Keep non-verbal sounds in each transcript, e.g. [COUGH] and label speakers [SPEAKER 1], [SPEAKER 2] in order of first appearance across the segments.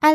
[SPEAKER 1] 艾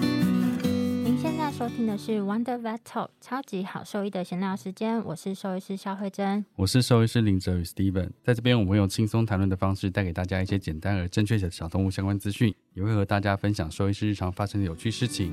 [SPEAKER 1] 您现在收听的是 Wonder Vet Talk 超级好兽医的闲聊时间，我是兽医师肖慧珍。
[SPEAKER 2] 我是兽医师林哲宇 Steven，在这边我们用轻松谈论的方式，带给大家一些简单而正确的小动物相关资讯，也会和大家分享兽医师日常发生的有趣事情。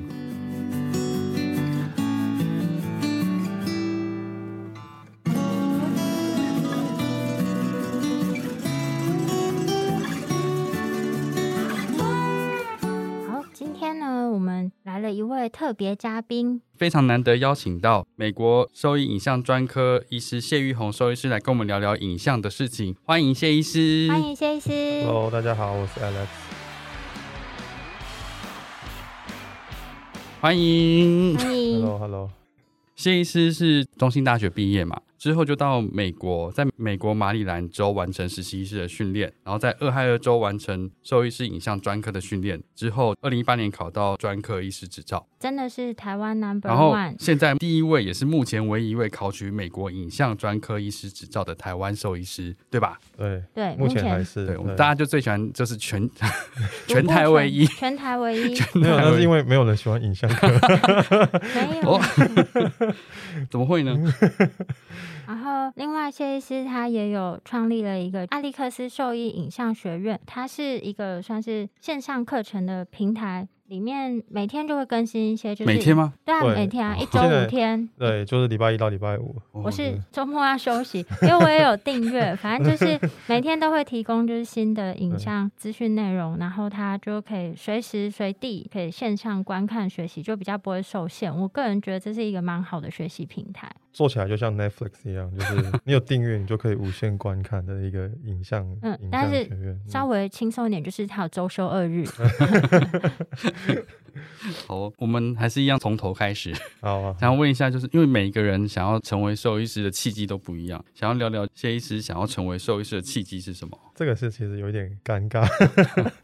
[SPEAKER 1] 好，今天呢，我们来了一位特别嘉宾，
[SPEAKER 2] 非常难得邀请到美国兽医影像专科医师谢玉红兽医师来跟我们聊聊影像的事情，欢迎谢医师。
[SPEAKER 1] 欢迎谢医师。
[SPEAKER 3] Hello，大家好，我是 Alex。
[SPEAKER 2] 欢迎。
[SPEAKER 1] 欢迎。
[SPEAKER 3] Hello，Hello，
[SPEAKER 2] 谢医师是中兴大学毕业嘛，之后就到美国，在美国马里兰州完成实习医师的训练，然后在俄亥俄州完成兽医师影像专科的训练，之后二零一八年考到专科医师执照，
[SPEAKER 1] 真的是台湾 Number
[SPEAKER 2] 然后
[SPEAKER 1] One，
[SPEAKER 2] 现在第一位也是目前唯一一位考取美国影像专科医师执照的台湾兽医师，对吧？
[SPEAKER 3] 对，
[SPEAKER 1] 对，哎目
[SPEAKER 3] 目前还
[SPEAKER 1] 前
[SPEAKER 3] 是
[SPEAKER 2] 对，我们大家就最喜欢就是全全
[SPEAKER 1] 独步
[SPEAKER 2] 台唯一，
[SPEAKER 1] 全台唯一，
[SPEAKER 2] [LAUGHS] 全
[SPEAKER 3] 没有，
[SPEAKER 2] 台
[SPEAKER 3] 那
[SPEAKER 2] 唯
[SPEAKER 3] 是
[SPEAKER 2] 一
[SPEAKER 3] 因为没有人喜欢影像
[SPEAKER 2] [LAUGHS]
[SPEAKER 3] 课。
[SPEAKER 1] 没有啊
[SPEAKER 2] 哦。怎么会嗯呢？
[SPEAKER 1] 然后，另外谢医师他也有创立了一个艾利克斯兽医影像学院，它是一个算是线上课程的平台，里面每天就会更新一些，就是
[SPEAKER 2] 每天吗？
[SPEAKER 1] 对啊，
[SPEAKER 3] 对
[SPEAKER 1] 每天啊，
[SPEAKER 2] 哦
[SPEAKER 1] 一
[SPEAKER 2] [LAUGHS]
[SPEAKER 1] 周
[SPEAKER 3] 现在
[SPEAKER 1] 五天。
[SPEAKER 3] 对，就是礼拜一到礼拜五。
[SPEAKER 2] 我
[SPEAKER 1] 我是周末要休息，因为我也有订阅，反正就是每天都会提供就是新的影像资讯内容，然后它就可以随时随地可以线上观看学习，就比较不会受限。我个人觉得这是一个蛮好的学习平台。
[SPEAKER 3] 做起来就像 Netflix 一样，就是你有订阅，你就可以无限观看的一个影像
[SPEAKER 1] 嗯
[SPEAKER 3] 影
[SPEAKER 1] 但
[SPEAKER 3] 像
[SPEAKER 1] 是
[SPEAKER 3] 学院。
[SPEAKER 1] 稍微轻松一点，就是它有周休二日，
[SPEAKER 2] 好，哦我们还是一样从头开始。
[SPEAKER 3] 嗯好啊，
[SPEAKER 2] 想问一下，就是因为每一个人想要成为兽医师的契机都不一样，想要聊聊谢医师想要成为兽医师的契机是什么？
[SPEAKER 3] 这个是其实有一点尴尬，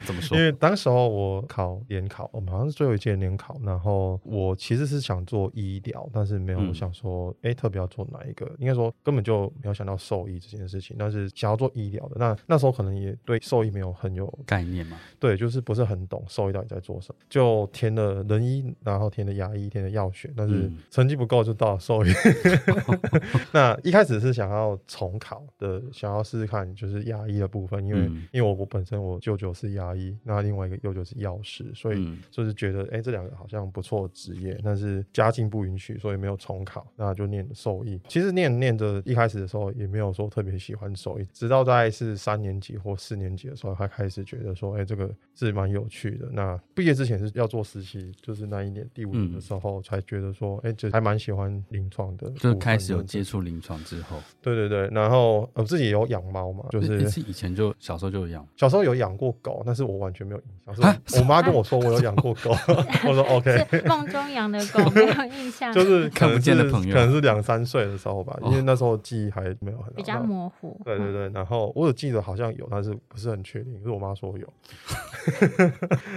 [SPEAKER 2] 怎么说
[SPEAKER 3] [LAUGHS] 因？为当时候我考联考，我们好像是最后一届联考，然后我其实是想做医疗，但是没有
[SPEAKER 2] 嗯
[SPEAKER 3] 想说，哎、特别要做哪一个，应该说根本就没有想到兽医这件事情，但是想要做医疗的，那那时候可能也对兽医没有很有
[SPEAKER 2] 概念嘛，
[SPEAKER 3] 对，就是不是很懂兽医到底在做什么，就填了人医，然后填了牙医，填了药学，但是
[SPEAKER 2] 嗯
[SPEAKER 3] 成绩不够就到
[SPEAKER 2] [LAUGHS]
[SPEAKER 3] 了兽医。 [LAUGHS] 那一开始是想要重考的，想要试试看就是牙医的部分，因为、
[SPEAKER 2] 嗯
[SPEAKER 3] 因为我我本身我舅舅是牙医，那另外一个舅舅是药师，所以
[SPEAKER 2] 嗯
[SPEAKER 3] 就是觉得哎、诶这两个好像不错的职业，但是家境不允许，所以没有重考，那就念兽医。其实念念着一开始的时候也没有说特别喜欢兽医，直到大概是三年级或四年级的时候，才开始觉得说哎、诶这个是蛮有趣的。那毕业之前是要做实习，就是那一年第五年的时候才觉得说哎、诶就还蛮喜欢临床的部分，
[SPEAKER 2] 嗯就开始有
[SPEAKER 3] 这
[SPEAKER 2] 接触临床之后，
[SPEAKER 3] 对对对，然后呃我自己也有养猫嘛，就
[SPEAKER 2] 就是是以前就小时候就有养，
[SPEAKER 3] 小时候有养过狗，但是我完全没有印象。
[SPEAKER 2] 啊
[SPEAKER 3] 是我妈跟我说我有养过
[SPEAKER 2] [LAUGHS]
[SPEAKER 3] 狗，我说
[SPEAKER 1] [LAUGHS]
[SPEAKER 3] OK，
[SPEAKER 1] 是梦中养的狗，没有印象， [LAUGHS]
[SPEAKER 3] 就是可
[SPEAKER 2] 看不
[SPEAKER 3] 能
[SPEAKER 2] 见的
[SPEAKER 3] 是
[SPEAKER 2] 朋友
[SPEAKER 3] 可能是两三岁的时候吧，
[SPEAKER 2] 哦
[SPEAKER 3] 因为那时候记忆还没有很好
[SPEAKER 1] 比较。模糊。嗯
[SPEAKER 3] 那对对对，然后我有记得好像有，但是不是很确定，可是我妈
[SPEAKER 1] [LAUGHS]
[SPEAKER 3] 说有。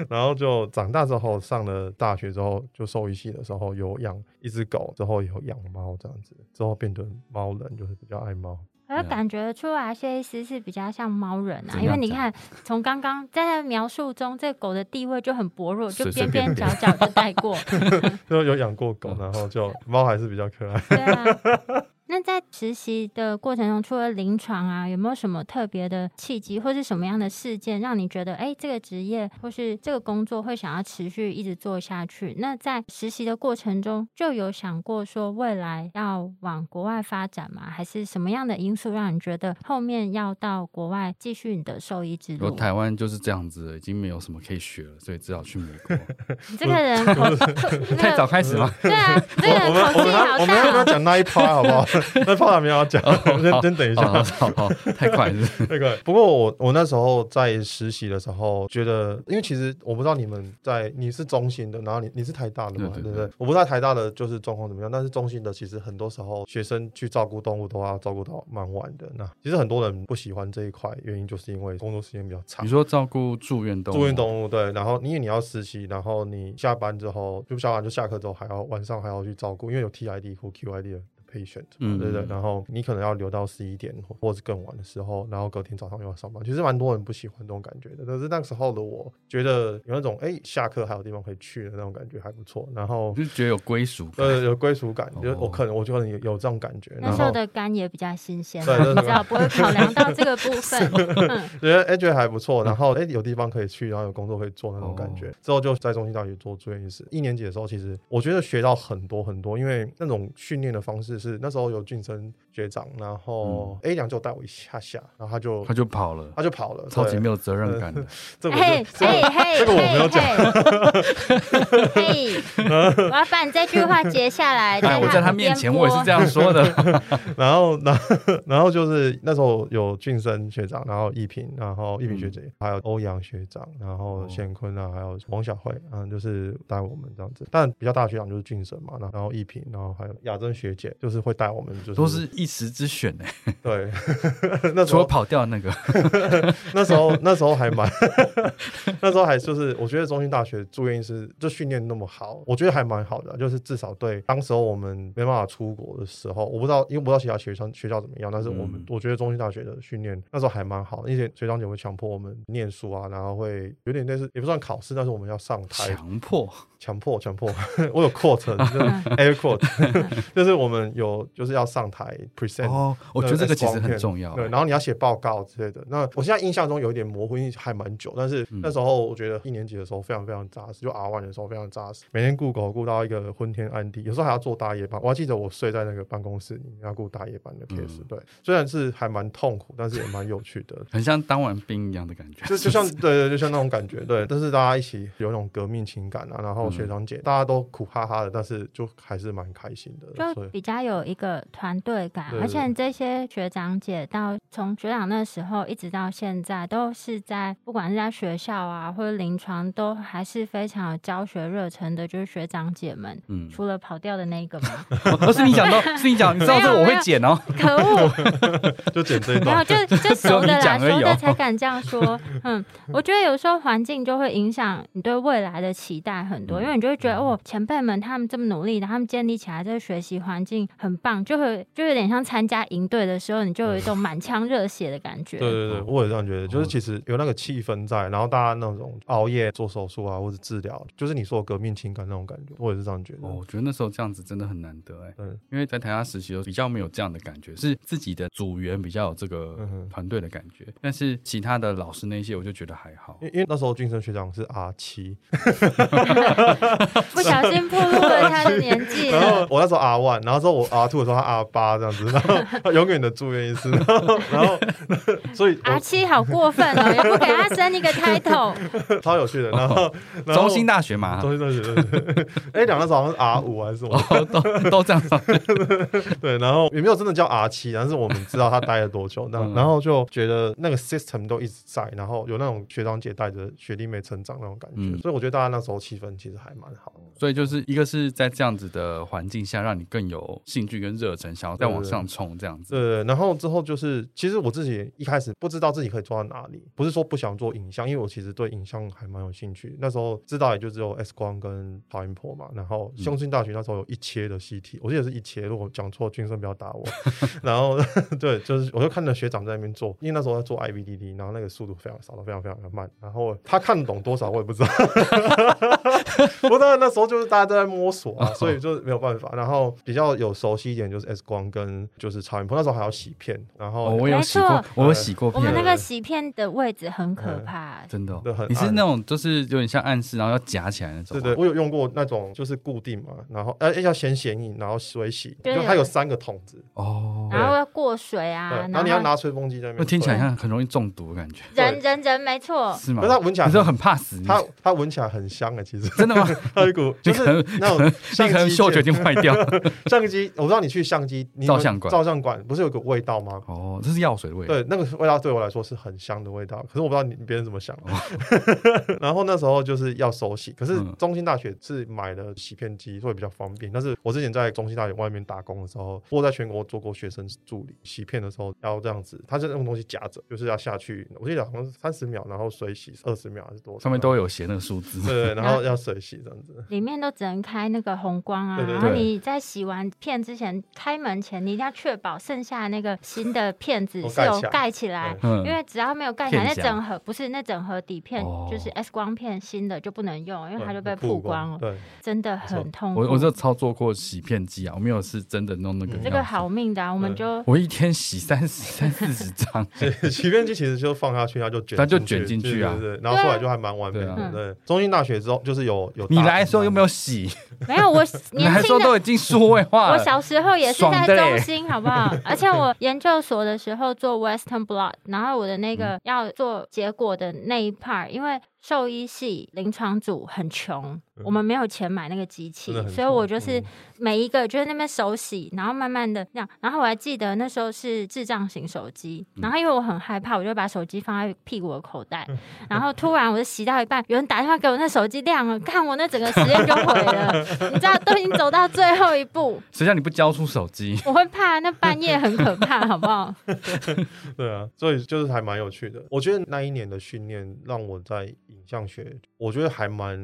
[SPEAKER 3] 然后就长大之后上了大学之后，就兽医系的时候有养一只狗，之后有养猫这样子，之后变成猫人，就是比较
[SPEAKER 1] [LAUGHS]
[SPEAKER 3] 爱猫。
[SPEAKER 1] 嗯，而感觉出来谢医师是比较像猫人啊，
[SPEAKER 2] 怎样
[SPEAKER 1] 因为你看从刚刚在他的描述中，这狗的地位就很薄弱，就
[SPEAKER 2] 随随
[SPEAKER 1] 边
[SPEAKER 2] 便
[SPEAKER 1] 边角角就带过。
[SPEAKER 2] 嗯
[SPEAKER 3] 就有养过狗，然后就猫还是比较可爱。
[SPEAKER 1] 对啊。那在实习的过程中，除了临床啊，有没有什么特别的契机，或是什么样的事件，让你觉得，哎，这个职业或是这个工作会想要持续一直做下去？那在实习的过程中，就有想过说未来要往国外发展吗？还是什么样的因素让你觉得后面要到国外继续你的兽医之
[SPEAKER 2] 我
[SPEAKER 1] 路？
[SPEAKER 2] 台湾就是这样子了，已经没有什么可以学了，所以只好去美
[SPEAKER 3] [LAUGHS]
[SPEAKER 2] 国。
[SPEAKER 1] 你这个人口，那
[SPEAKER 2] 太
[SPEAKER 1] 个
[SPEAKER 2] 早开始吗？
[SPEAKER 1] 对啊，你这个
[SPEAKER 3] 我
[SPEAKER 1] 人
[SPEAKER 3] 们我
[SPEAKER 1] 口
[SPEAKER 3] 们
[SPEAKER 1] 气
[SPEAKER 3] 还
[SPEAKER 1] 好
[SPEAKER 3] 我们要不
[SPEAKER 1] 大、
[SPEAKER 3] 要
[SPEAKER 1] 哦。
[SPEAKER 3] 讲那一趴好不
[SPEAKER 2] [LAUGHS]
[SPEAKER 3] 好？那趴还没有讲，先先等一下。
[SPEAKER 2] 哦，好好太快了。
[SPEAKER 3] 那个，不过我我那时候在实习的时候，觉得，因为其实我不知道你们在你是中心的，然后你你是台大的嘛，
[SPEAKER 2] 对对
[SPEAKER 3] 对不
[SPEAKER 2] 对
[SPEAKER 3] 对？我不知道台大的就是状况怎么样，但是中心的其实很多时候学生去照顾动物都要照顾到蛮晚的。那其实很多人不喜欢这一块，原因就是因为工作时间比较长
[SPEAKER 2] 你。说照顾住院动物，
[SPEAKER 3] 住院动物对，然后因为你要实习，然后你下班之后就下班就下课之后还要晚上还要去照顾，因为有 TID 或 QID 的 patient，
[SPEAKER 2] 嗯
[SPEAKER 3] 对对，然后你可能要留到十一点或或是更晚的时候，然后隔天早上又要上班。其实蛮多人不喜欢这种感觉的，但是那时候的我觉得有那种哎下课还有地方可以去的那种感觉还不错，然后
[SPEAKER 2] 我就觉得有归属感。
[SPEAKER 3] 呃有归属感，就
[SPEAKER 2] 哦
[SPEAKER 3] 我可能我就可能有有这种感觉。
[SPEAKER 1] 那
[SPEAKER 3] 然
[SPEAKER 1] 时候
[SPEAKER 3] 后
[SPEAKER 1] 的肝也比较新鲜嘛，
[SPEAKER 3] 对对
[SPEAKER 1] 你
[SPEAKER 3] 对
[SPEAKER 1] 知道不会考量到这个部
[SPEAKER 3] [LAUGHS]
[SPEAKER 1] 分。嗯，
[SPEAKER 3] 觉得哎、觉得还不
[SPEAKER 2] 嗯
[SPEAKER 3] 错，然后哎、有地方可以去，然后有工作可以做那种感觉。
[SPEAKER 2] 哦
[SPEAKER 3] 之后就在中心大学做住院医师，一年级的时候，其实我觉得学到很多很多，因为那种训练的方式是那时候有俊生学长，然后 A 良就带我一下下，然后他就
[SPEAKER 2] 嗯他就跑了，
[SPEAKER 3] 他就跑了，
[SPEAKER 2] 超级
[SPEAKER 3] 对
[SPEAKER 2] 没有责任感的。
[SPEAKER 3] 这个我
[SPEAKER 1] 嘿
[SPEAKER 3] 就这个
[SPEAKER 1] 嘿嘿，
[SPEAKER 3] 这个我没有
[SPEAKER 1] 讲。
[SPEAKER 3] [LAUGHS]
[SPEAKER 1] 嘿，
[SPEAKER 3] 嗯
[SPEAKER 1] 我要把你这句话截下来。
[SPEAKER 2] 哎，我在他
[SPEAKER 1] 他
[SPEAKER 2] 面前我也是这样说的。 [LAUGHS]
[SPEAKER 3] 然后，然后，然后就是那时候有俊生学长，然后一平，然后一平
[SPEAKER 2] 嗯
[SPEAKER 3] 学姐，还有欧阳学长，然
[SPEAKER 2] 哦
[SPEAKER 3] 后显坤啊，还有王小慧，嗯，就是带我们这样子。但比较大的学长就是俊生嘛，然后然后一平，然后还有雅珍学姐，就是会带我们，就是
[SPEAKER 2] 都是一时之选哎，
[SPEAKER 3] 对。 [LAUGHS] 那时
[SPEAKER 2] 除了
[SPEAKER 3] 候
[SPEAKER 2] 跑掉那个，
[SPEAKER 3] 那时候 [LAUGHS] 那时候还蛮，那时候还就是我觉得中兴大学住院医师就训练那么好，我觉得还蛮好的，啊就是至少对当时候我们没办法出国的时候，我不知道因为不知道其他学校学校怎么样，但是我们、
[SPEAKER 2] 嗯
[SPEAKER 3] 我觉得中兴大学的训练那时候还蛮好，一些学长姐会强迫我们念书啊，然后会有点类似也不算考试，但是我们要上台
[SPEAKER 2] 强迫
[SPEAKER 3] 强迫强迫， [LAUGHS] 我有
[SPEAKER 2] [LAUGHS]
[SPEAKER 3] quote 就是 air quote，就是 [LAUGHS] 我们有就是要上台 present
[SPEAKER 2] 哦，我觉得这个其实很重要。
[SPEAKER 3] 对，然后你要写报告之类的。那我现在印象中有一点模糊，因为还蛮久，但
[SPEAKER 2] 嗯
[SPEAKER 3] 是那时候我觉得一年级的时候非常非常扎实，就 R one 的时候非常扎实，每天顾狗顾到一个昏天暗地，有时候还要做大夜班。我还记得我睡在那个办公室里面要顾大夜班的 case，、对，
[SPEAKER 2] 嗯
[SPEAKER 3] 虽然是还蛮痛苦，但是也蛮有趣的。
[SPEAKER 2] [LAUGHS] 很像当完兵一样的感觉， [LAUGHS]
[SPEAKER 3] 就就像对对，就像那种感觉，对，但是大家一起有那种革命情感啊，然后
[SPEAKER 2] 嗯
[SPEAKER 3] 学长姐、大家都苦哈哈的，但是就还是蛮开心的，
[SPEAKER 1] 就
[SPEAKER 3] 所以
[SPEAKER 1] 比较有一个团队感，
[SPEAKER 3] 对
[SPEAKER 1] 而且这些学长姐到从学长那时候一直到现在，都是在不管是在学校啊或者临床，都还是非常有教学热忱的，就是学长姐们。
[SPEAKER 3] [LAUGHS]
[SPEAKER 2] 嗯，
[SPEAKER 1] 除了跑掉的那一个嘛，
[SPEAKER 2] 哦是你讲到，是你讲，你知道这个我会剪哦。
[SPEAKER 1] [LAUGHS] 可恶！
[SPEAKER 3] 就剪这一
[SPEAKER 1] 没有，
[SPEAKER 3] 段。
[SPEAKER 1] 就
[SPEAKER 3] [LAUGHS]
[SPEAKER 1] 就熟的
[SPEAKER 2] 只有你
[SPEAKER 1] 啦，
[SPEAKER 2] 讲而已哦
[SPEAKER 1] 熟的才敢这样说。嗯，我觉得有时候环境就会影响你对未来的期待很多，因为你就会觉
[SPEAKER 3] 嗯
[SPEAKER 1] 得哦，前辈们他们这么努力，他们建立起来这个学习环境很棒，就会就有点像参加营队的时候，你就有一种满腔热血的感觉。
[SPEAKER 3] 对
[SPEAKER 2] 哦
[SPEAKER 3] 对对，我也这样觉得，
[SPEAKER 2] 嗯
[SPEAKER 3] 就是其实有那个气氛在，然后大家那种熬夜做手术啊，或者治疗，就是你说的革命情感那种感觉，我也是这样觉得。
[SPEAKER 2] 哦，我觉得那时候这样子真的很难得哎、
[SPEAKER 3] 嗯
[SPEAKER 2] 因为在台下实习的时候比较没有这样的感觉，是自己的组员比较有这个
[SPEAKER 3] 嗯哼
[SPEAKER 2] 团队的感觉，但是其他的老师那些我就觉得还好
[SPEAKER 3] 因。为因为那时候俊生学长是 R
[SPEAKER 2] [LAUGHS]
[SPEAKER 3] 七，
[SPEAKER 1] 不小心暴露了他的年纪
[SPEAKER 3] [LAUGHS] 然
[SPEAKER 1] 了
[SPEAKER 3] 后。我那时候 R one，然后之后我 R two 的时候他 R 八这样子，然
[SPEAKER 2] [LAUGHS]
[SPEAKER 3] 后他永远的住院医师，然后然后所以
[SPEAKER 2] 啊
[SPEAKER 1] 阿七好过分哦，也不给他升一个 title，
[SPEAKER 3] [LAUGHS] 我超有趣的，然后
[SPEAKER 2] 哦
[SPEAKER 3] 然后
[SPEAKER 2] 中兴大学嘛，
[SPEAKER 3] 中心大学，对对对 [LAUGHS] 哎，两个好像是 R 五还是什么？
[SPEAKER 2] 哦 [LAUGHS] 都都这样子， [LAUGHS]
[SPEAKER 3] [LAUGHS] 对，然后也没有真的叫 R 七，但是我们知道他待了多久，那
[SPEAKER 2] 嗯
[SPEAKER 3] 然后就觉得那个 system 都一直在，然后有那种学长姐带着学弟妹成长那种感觉，
[SPEAKER 2] 嗯
[SPEAKER 3] 所以我觉得大家那时候气氛其实还蛮好的。
[SPEAKER 2] 所以就是一个是在这样子的环境下，让你更有兴趣跟热忱，想要再往上冲这样子。
[SPEAKER 3] 对，然后之后就是，其其实我自己一开始不知道自己可以做到哪里，不是说不想做影像，因为我其实对影像还蛮有兴趣。那时候知道也就只有 X 光跟超音波嘛，然后中兴大学那时候有一切的 CT，、我记得是一切，如果讲错，军生不要打我。 [LAUGHS] 然后对，就是我就看着学长在那边做，因为那时候在做 IVDD，然后那个速度非常少，非常非常非常慢。然后他看得懂多少我也不知道， [LAUGHS] 不当然那时候就是大家都在摸索啊，所以就没有办法。然后比较有熟悉一点就是 X 光跟就是超音波，那时候还要洗片，然后、
[SPEAKER 2] 哦，我有
[SPEAKER 1] 没
[SPEAKER 2] 洗过
[SPEAKER 1] 错，
[SPEAKER 2] 我有洗过
[SPEAKER 1] 我
[SPEAKER 2] 片
[SPEAKER 1] 们
[SPEAKER 3] 对
[SPEAKER 1] 那，个洗片的位置很可
[SPEAKER 3] 嗯
[SPEAKER 1] 怕，
[SPEAKER 2] 真的哦、
[SPEAKER 3] 对很
[SPEAKER 2] 你是
[SPEAKER 3] 暗
[SPEAKER 2] 那种就是有点像暗示，然后要夹起来那种啊
[SPEAKER 3] 对
[SPEAKER 2] 吗。
[SPEAKER 3] 对，我有用过那种就是固定嘛，然后呃要先显影，然后水洗，
[SPEAKER 1] 对
[SPEAKER 3] 就它有三个桶子，
[SPEAKER 2] 哦，
[SPEAKER 1] 然后要过水啊，
[SPEAKER 3] 对，然后
[SPEAKER 1] 后
[SPEAKER 3] 你要拿吹风机在那边
[SPEAKER 2] 那
[SPEAKER 3] 吹，
[SPEAKER 2] 听起来像很容易中毒的感觉，
[SPEAKER 1] 人人人没错，
[SPEAKER 2] 是吗？
[SPEAKER 3] 可是它闻起来
[SPEAKER 2] 你是很怕死，你
[SPEAKER 3] 它它闻起来很香欸的，其实
[SPEAKER 2] 真的吗？
[SPEAKER 3] [LAUGHS] 它有一股就
[SPEAKER 2] 你可能
[SPEAKER 3] 是那
[SPEAKER 2] [LAUGHS]
[SPEAKER 3] 种
[SPEAKER 2] 你
[SPEAKER 3] 相
[SPEAKER 2] 可能
[SPEAKER 3] 机
[SPEAKER 2] 嗅觉已
[SPEAKER 3] 界
[SPEAKER 2] 经坏掉了。
[SPEAKER 3] [LAUGHS] 相机，我不知道你去相机你
[SPEAKER 2] 照
[SPEAKER 3] 们
[SPEAKER 2] 相馆
[SPEAKER 3] 照相馆不是有个味道吗？
[SPEAKER 2] 哦，这是药水的味道。
[SPEAKER 3] 对，那个味道对我来说是很香的味道，可是我不知道你别人怎么想。 [LAUGHS] 然后那时候就是要手洗，可是
[SPEAKER 2] 嗯
[SPEAKER 3] 中兴大学是买了洗片机，所以比较方便。但是我之前在中兴大学外面打工的时候，我在全国做过学生助理，洗片的时候要这样子，他就用东西夹着，就是要下去，我记得好像是三十秒，然后水洗二十秒还是多少，
[SPEAKER 2] 上面都有写那个数字。
[SPEAKER 3] 对，然后要水洗这样
[SPEAKER 1] [LAUGHS]
[SPEAKER 3] 子。
[SPEAKER 1] 里面都只能开那个红光啊，
[SPEAKER 3] 对对
[SPEAKER 1] 然后
[SPEAKER 2] 对
[SPEAKER 1] 你在洗完片之前，开门前你一定要确保剩下那个新的片子
[SPEAKER 3] 都
[SPEAKER 1] 是
[SPEAKER 3] 盖
[SPEAKER 1] 有
[SPEAKER 3] 起来
[SPEAKER 1] 盖起来，
[SPEAKER 2] 嗯
[SPEAKER 1] 因为只要没有盖起来，那
[SPEAKER 2] 片夹
[SPEAKER 1] 整盒不是那整盒底片、
[SPEAKER 2] 哦
[SPEAKER 1] 就是 X 光片新的就不能用，因为它就被
[SPEAKER 3] 嗯曝
[SPEAKER 1] 曝光了，
[SPEAKER 3] 对，
[SPEAKER 1] 真的很痛苦。
[SPEAKER 2] 我我就操作过洗片机啊，我没有是真的弄那个。
[SPEAKER 3] 嗯
[SPEAKER 1] 这个，好命的、啊，我们就
[SPEAKER 2] 我一天洗三十三四十
[SPEAKER 3] [LAUGHS]
[SPEAKER 2] 张， [LAUGHS]
[SPEAKER 3] 洗洗片机其实就放下去，它就卷，
[SPEAKER 2] 它就卷进去啊
[SPEAKER 3] 对对对，然后出来就还蛮完美
[SPEAKER 2] 对
[SPEAKER 3] 的。
[SPEAKER 1] 啊
[SPEAKER 3] 对，中兴大学之后就是有有
[SPEAKER 2] 你
[SPEAKER 3] 大
[SPEAKER 2] 来的时候
[SPEAKER 3] 屏
[SPEAKER 2] 又
[SPEAKER 3] 幕
[SPEAKER 2] 没有洗，
[SPEAKER 1] 没有我
[SPEAKER 3] [LAUGHS]
[SPEAKER 2] 你
[SPEAKER 1] 年
[SPEAKER 2] 来的时
[SPEAKER 1] 轻
[SPEAKER 2] 候
[SPEAKER 1] 的
[SPEAKER 2] 都已经数位化
[SPEAKER 1] 我
[SPEAKER 2] 了。
[SPEAKER 1] 小时候也是
[SPEAKER 2] 爽的
[SPEAKER 1] 在
[SPEAKER 2] 嘞
[SPEAKER 3] 欸
[SPEAKER 1] 中心，好不好？
[SPEAKER 3] [LAUGHS]
[SPEAKER 1] 而且我研究所的时候做 Western blot，然后我的那
[SPEAKER 3] 嗯
[SPEAKER 1] 个要做结果的那一 part，因为兽医系临床组很穷，我们没有钱买那个机器
[SPEAKER 3] 嗯真的，很
[SPEAKER 1] 所以我
[SPEAKER 3] 穷
[SPEAKER 1] 就是
[SPEAKER 3] 嗯
[SPEAKER 1] 每一个就是那边手洗，然后慢慢的那样。然后我还记得那时候是智障型手机，
[SPEAKER 3] 嗯
[SPEAKER 1] 然后因为我很害怕，我就把手机放在屁股的口袋，然后突然我就洗到一半，有人打电话给我，那手机亮了，看我那整个实验就毁
[SPEAKER 3] [LAUGHS]
[SPEAKER 1] 了。你知道，都已经走到最后一步，
[SPEAKER 2] 谁叫你不交出手机？
[SPEAKER 1] [LAUGHS] 我会怕，那半夜很可
[SPEAKER 3] [LAUGHS]
[SPEAKER 1] 怕，好不好？
[SPEAKER 3] 对啊，所以就是还蛮有趣的。我觉得那一年的训练让我在影像学，我觉得还蛮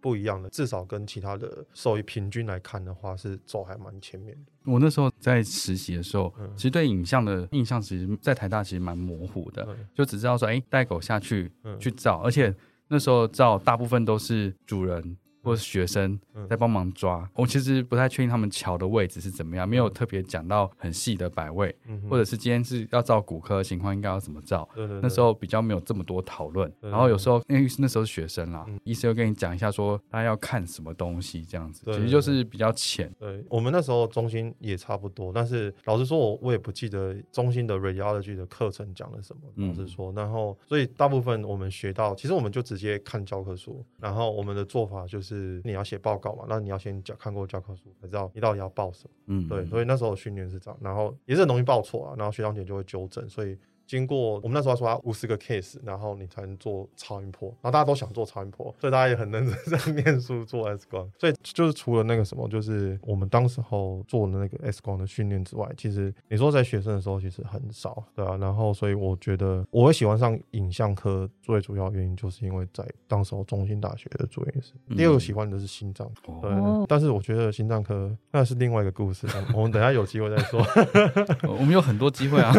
[SPEAKER 3] 不一样的，至少跟其他的兽医平均来看的话，是走还蛮前面的。
[SPEAKER 2] 我那时候在实习的时候
[SPEAKER 3] 嗯，
[SPEAKER 2] 其实对影像的印象，其实在台大其实蛮模糊的，
[SPEAKER 3] 嗯
[SPEAKER 2] 就只知道说，哎，带狗下去
[SPEAKER 3] 嗯
[SPEAKER 2] 去照，而且那时候照大部分都是主人或是学生
[SPEAKER 3] 嗯
[SPEAKER 2] 在帮忙抓。我其实不太确定他们桥的位置是怎么样，没有特别讲到很细的摆位，
[SPEAKER 3] 嗯哼
[SPEAKER 2] 或者是今天是要照骨科的情况应该要怎么照。
[SPEAKER 3] 对对对
[SPEAKER 2] 那时候比较没有这么多讨论，
[SPEAKER 3] 对
[SPEAKER 2] 然后有时候因为那时候是学生啦
[SPEAKER 3] 嗯，
[SPEAKER 2] 医生又跟你讲一下说他要看什么东西这样子，
[SPEAKER 3] 对
[SPEAKER 2] 其实就是比较浅。
[SPEAKER 3] 对我们那时候中心也差不多，但是老实说我，我也不记得中心的 radiology 的课程讲了什么。
[SPEAKER 2] 嗯
[SPEAKER 3] 老实说，然后所以大部分我们学到，其实我们就直接看教科书，然后我们的做法就是你要写报告嘛，那你要先讲看过教科书，才知道你到底要报什么。
[SPEAKER 2] 嗯，
[SPEAKER 3] 对，所以那时候训练是这样，然后也是很容易报错啊，然后学长姐就会纠正，所以。经过我们那时候说五十个 case，然后你才能做超音波，然后大家都想做超音波，所以大家也很认真 [LAUGHS] 在念书做 X 光。所以就是除了那个什么，就是我们当时候做的那个 X 光的训练之外，其实你说在学生的时候其实很少，对啊。然后所以我觉得我会喜欢上影像科，最主要原因就是因为在当时候中兴大学的住院室，第
[SPEAKER 2] 嗯
[SPEAKER 3] 二个喜欢的是心脏，对
[SPEAKER 1] 哦，
[SPEAKER 3] 但是我觉得心脏科那是另外一个故事，我我们等一下有机会再说。 [LAUGHS]
[SPEAKER 2] [LAUGHS] 我们有很多机会啊。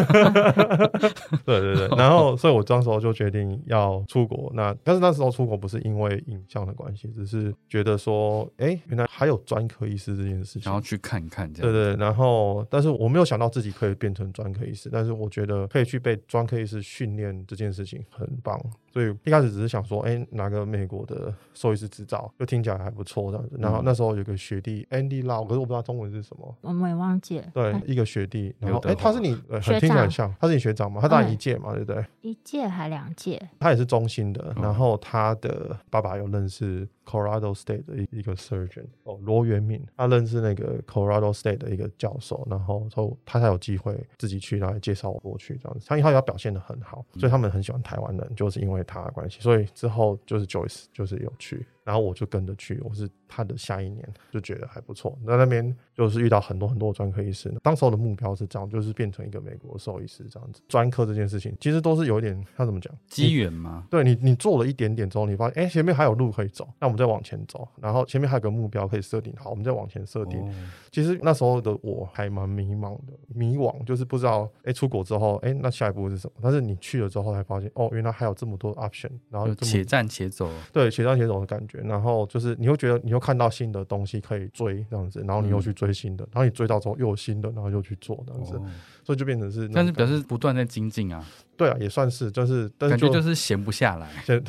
[SPEAKER 3] 对对对，然后所以我当时候就决定要出国，那但是那时候出国不是因为影像的关系，只是觉得说，哎，原来还有专科医师这件事情
[SPEAKER 2] 想。要去看看这
[SPEAKER 3] 对
[SPEAKER 2] 样。
[SPEAKER 3] 对，然后但是我没有想到自己可以变成专科医师，但是我觉得可以去被专科医师训练这件事情很棒，所以一开始只是想说，哎，拿个美国的兽医师执照，就听起来还不错这样子。然后那时候有个学弟 Andy Lau，可是我不知道中文是什么，
[SPEAKER 1] 我们也忘记了。
[SPEAKER 3] 对
[SPEAKER 1] 哎，
[SPEAKER 3] 一个学弟，然
[SPEAKER 2] 刘
[SPEAKER 3] 后
[SPEAKER 2] 德
[SPEAKER 3] 哎，他
[SPEAKER 2] 华
[SPEAKER 3] 是你呃
[SPEAKER 1] 学
[SPEAKER 3] 很听起来
[SPEAKER 1] 长
[SPEAKER 3] 很像，他是你学长嘛？他大你一
[SPEAKER 1] 嗯
[SPEAKER 3] 届嘛，对不对？
[SPEAKER 1] 一届还两届，
[SPEAKER 3] 他也是中心的，
[SPEAKER 2] 嗯
[SPEAKER 3] 然后他的爸爸有认识 Colorado State 的一一个 surgeon 哦，罗元敏，他认识那个 Colorado State 的一个教授，然后后他才有机会自己去来介绍我过去这样子。他因为他要表现的很好，所以他们很喜欢台湾人，就是因为他的关系。所以之后就是 Joyce 就是有去，然后我就跟着去，我是他的下一年就觉得还不错。那那边就是遇到很多很多的专科医师，当时候的目标是这样，就是变成一个美国兽医师这样子。专科这件事情其实都是有一点，他怎么讲？
[SPEAKER 2] 机缘吗？
[SPEAKER 3] 对你，你做了一点点之后，你发现哎、诶前面还有路可以走，那我们再往前走，然后前面还有个目标可以设定，好，我们再往前设定。
[SPEAKER 2] 哦
[SPEAKER 3] 其实那时候的我还蛮迷茫的，迷惘就是不知道哎、诶出国之后哎、诶那下一步是什么？但是你去了之后才发现哦，原来还有这么多 option，然后有
[SPEAKER 2] 就
[SPEAKER 3] 这么哦
[SPEAKER 2] 且战且走，
[SPEAKER 3] 对且战且走的感觉，然后就是你又觉得你又看到新的东西可以追这样子，然后
[SPEAKER 2] 嗯
[SPEAKER 3] 你又去追新的，然后你追到之后又有新的，然后又去做这样子，
[SPEAKER 2] 哦
[SPEAKER 3] 所以就变成是那种
[SPEAKER 2] 但是表
[SPEAKER 3] 感
[SPEAKER 2] 示不断在精进啊，
[SPEAKER 3] 对啊，也算是就是，但是
[SPEAKER 2] 感觉
[SPEAKER 3] 就
[SPEAKER 2] 就是闲不下来。 [LAUGHS]
[SPEAKER 3] [LAUGHS] 现